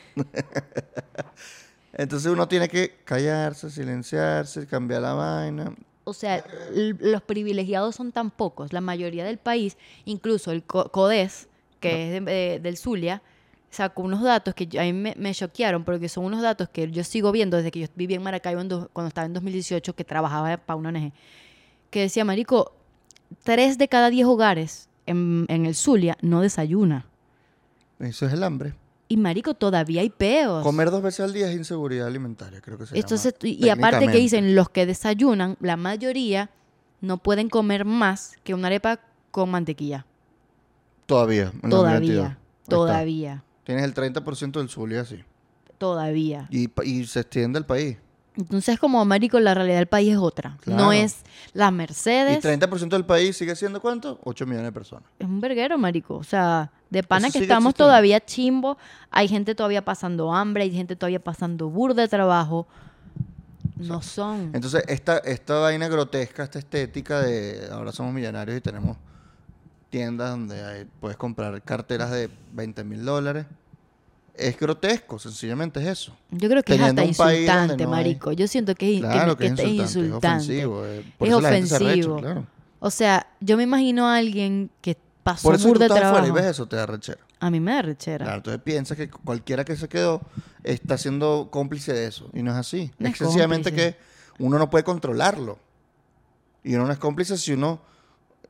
B: Entonces uno tiene que callarse, silenciarse, cambiar la vaina.
A: O sea, l- los privilegiados son tan pocos. La mayoría del país, incluso el co- CODES, que es de- de- del Zulia, sacó unos datos que yo- a mí me me choquearon porque son unos datos que yo sigo viendo desde que yo viví en Maracaibo en dos- cuando estaba en 2018, que trabajaba para una ONG, que decía, Marico, tres de cada diez hogares en, en el Zulia no desayuna.
B: Eso es el hambre.
A: Y Marico, todavía hay peos.
B: Comer dos veces al día es inseguridad alimentaria, creo que se
A: Entonces,
B: llama.
A: y- y aparte que
B: Pues, técnicamente.
A: dicen, los que desayunan, la mayoría no pueden comer más que una arepa con mantequilla.
B: Todavía. en 2022. Ahí
A: Todavía,
B: está.
A: todavía,
B: Tienes el 30% del Zulia así.
A: todavía.
B: Y, pa- y se extiende el país.
A: Entonces, como marico, la realidad del país es otra.
B: Claro.
A: No es las
B: Y
A: Mercedes,
B: 30% del país sigue siendo cuánto? 8 millones de personas.
A: es un verguero, marico. O sea, de pana
B: Eso
A: que
B: sigue
A: estamos
B: existiendo.
A: todavía chimbo, hay gente todavía pasando hambre, hay gente todavía pasando burda de trabajo. No son.
B: Entonces, esta, esta vaina grotesca, esta estética de ahora somos millonarios y tenemos tiendas donde hay- puedes comprar carteras de 20 mil dólares, es grotesco, sencillamente es eso.
A: Yo creo que es
B: teniendo
A: hasta
B: un país donde
A: insultante,
B: no hay-
A: marico. Yo siento que, es- que-
B: Claro que,
A: que
B: es
A: es
B: insultante,
A: insultante.
B: es ofensivo. eh, por
A: es
B: eso la gente se arrecha,
A: ofensivo.
B: claro.
A: O sea, yo me imagino a alguien que pasó
B: Por eso tú
A: burda de
B: estás
A: trabajo.
B: afuera y ves eso, te da rechero.
A: A mí me da rechera.
B: Claro, entonces piensa que cualquiera que se quedó está siendo cómplice de eso. Y no es así.
A: No
B: es
A: es
B: sencillamente
A: cómplice.
B: que uno no puede controlarlo. Y uno no es cómplice si uno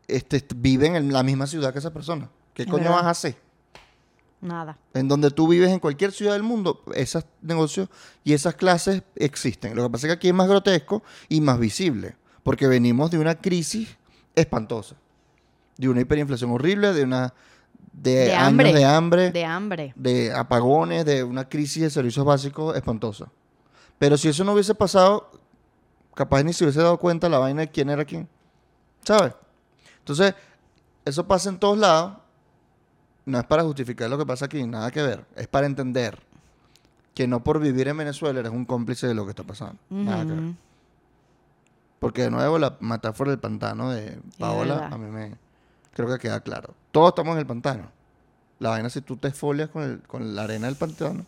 B: este, est- vive en el- la misma ciudad que esa persona. ¿Qué
A: Es
B: coño
A: verdad.
B: vas a hacer?
A: Nada.
B: En donde tú vives, en cualquier ciudad del mundo, esos negocios y esas clases existen. Lo que pasa es que aquí es más grotesco y más visible, porque venimos de una crisis espantosa, de una hiperinflación horrible, de una de,
A: De
B: años
A: hambre.
B: de hambre,
A: De hambre.
B: de apagones, de una crisis de servicios básicos espantosa. Pero si eso no hubiese pasado, capaz ni se hubiese dado cuenta la vaina de quién era quién. ¿Sabes? Entonces, eso pasa en todos lados. No es para justificar lo que pasa aquí, nada que ver. Es para entender que no por vivir en Venezuela eres un cómplice de lo que está pasando. Nada que ver.
A: Ujú.
B: Porque de nuevo la metáfora del pantano de Paola
A: verdad.
B: a mí me creo que queda claro. Todos estamos en el pantano. La vaina es si tú te esfolias con, el- con la arena del pantano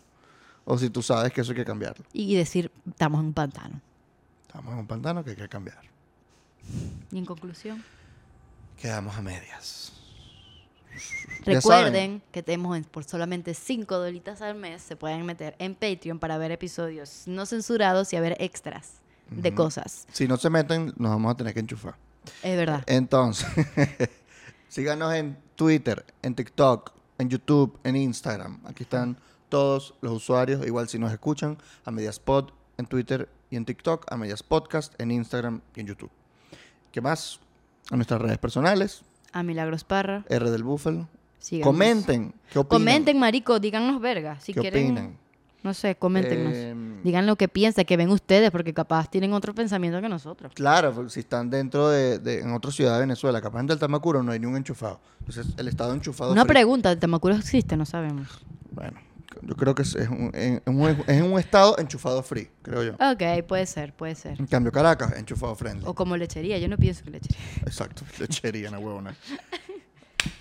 B: o si tú sabes que eso hay que cambiarlo.
A: Y decir, estamos en un pantano.
B: Estamos en un pantano que hay que cambiar.
A: Y en conclusión,
B: Quedamos a medias. Ya saben.
A: recuerden que tenemos en- por solamente 5 dolitas al mes, se pueden meter en Patreon para ver episodios no censurados y a ver extras de cosas.
B: Si no se meten, nos vamos a tener que enchufar.
A: Es verdad.
B: Eh, Entonces, síganos en Twitter, en TikTok, en YouTube, en Instagram. Aquí están todos los usuarios. Igual si nos escuchan, a Medias Pod en Twitter y en TikTok, a Medias Podcast en Instagram y en YouTube. ¿Qué más? A nuestras redes personales,
A: A Milagros Parra.
B: R del Búfalo.
A: síganos.
B: eh, Comenten, ¿qué opinan?
A: Comenten, marico, díganos verga. Si
B: ¿Qué
A: quieren,
B: opinan?
A: no sé, coméntenos.
B: Em,
A: Digan lo que piensan, que ven ustedes, porque capaz tienen otro pensamiento que nosotros.
B: Claro, porque si están dentro de, de- en otra ciudad de Venezuela, capaz en del Tamacuro no hay ni un enchufado. Entonces, el estado enchufado.
A: Una
B: frito.
A: pregunta, ¿el Tamacuro existe? No sabemos.
B: Bueno, yo creo que es, es un, en- en un- es un estado enchufado free, creo yo.
A: Ok, puede ser, puede ser.
B: En cambio, Caracas, enchufado friendly.
A: O como lechería, yo no pienso que lechería.
B: Exacto, lechería, una huevona.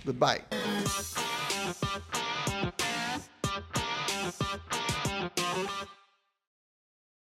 B: Goodbye.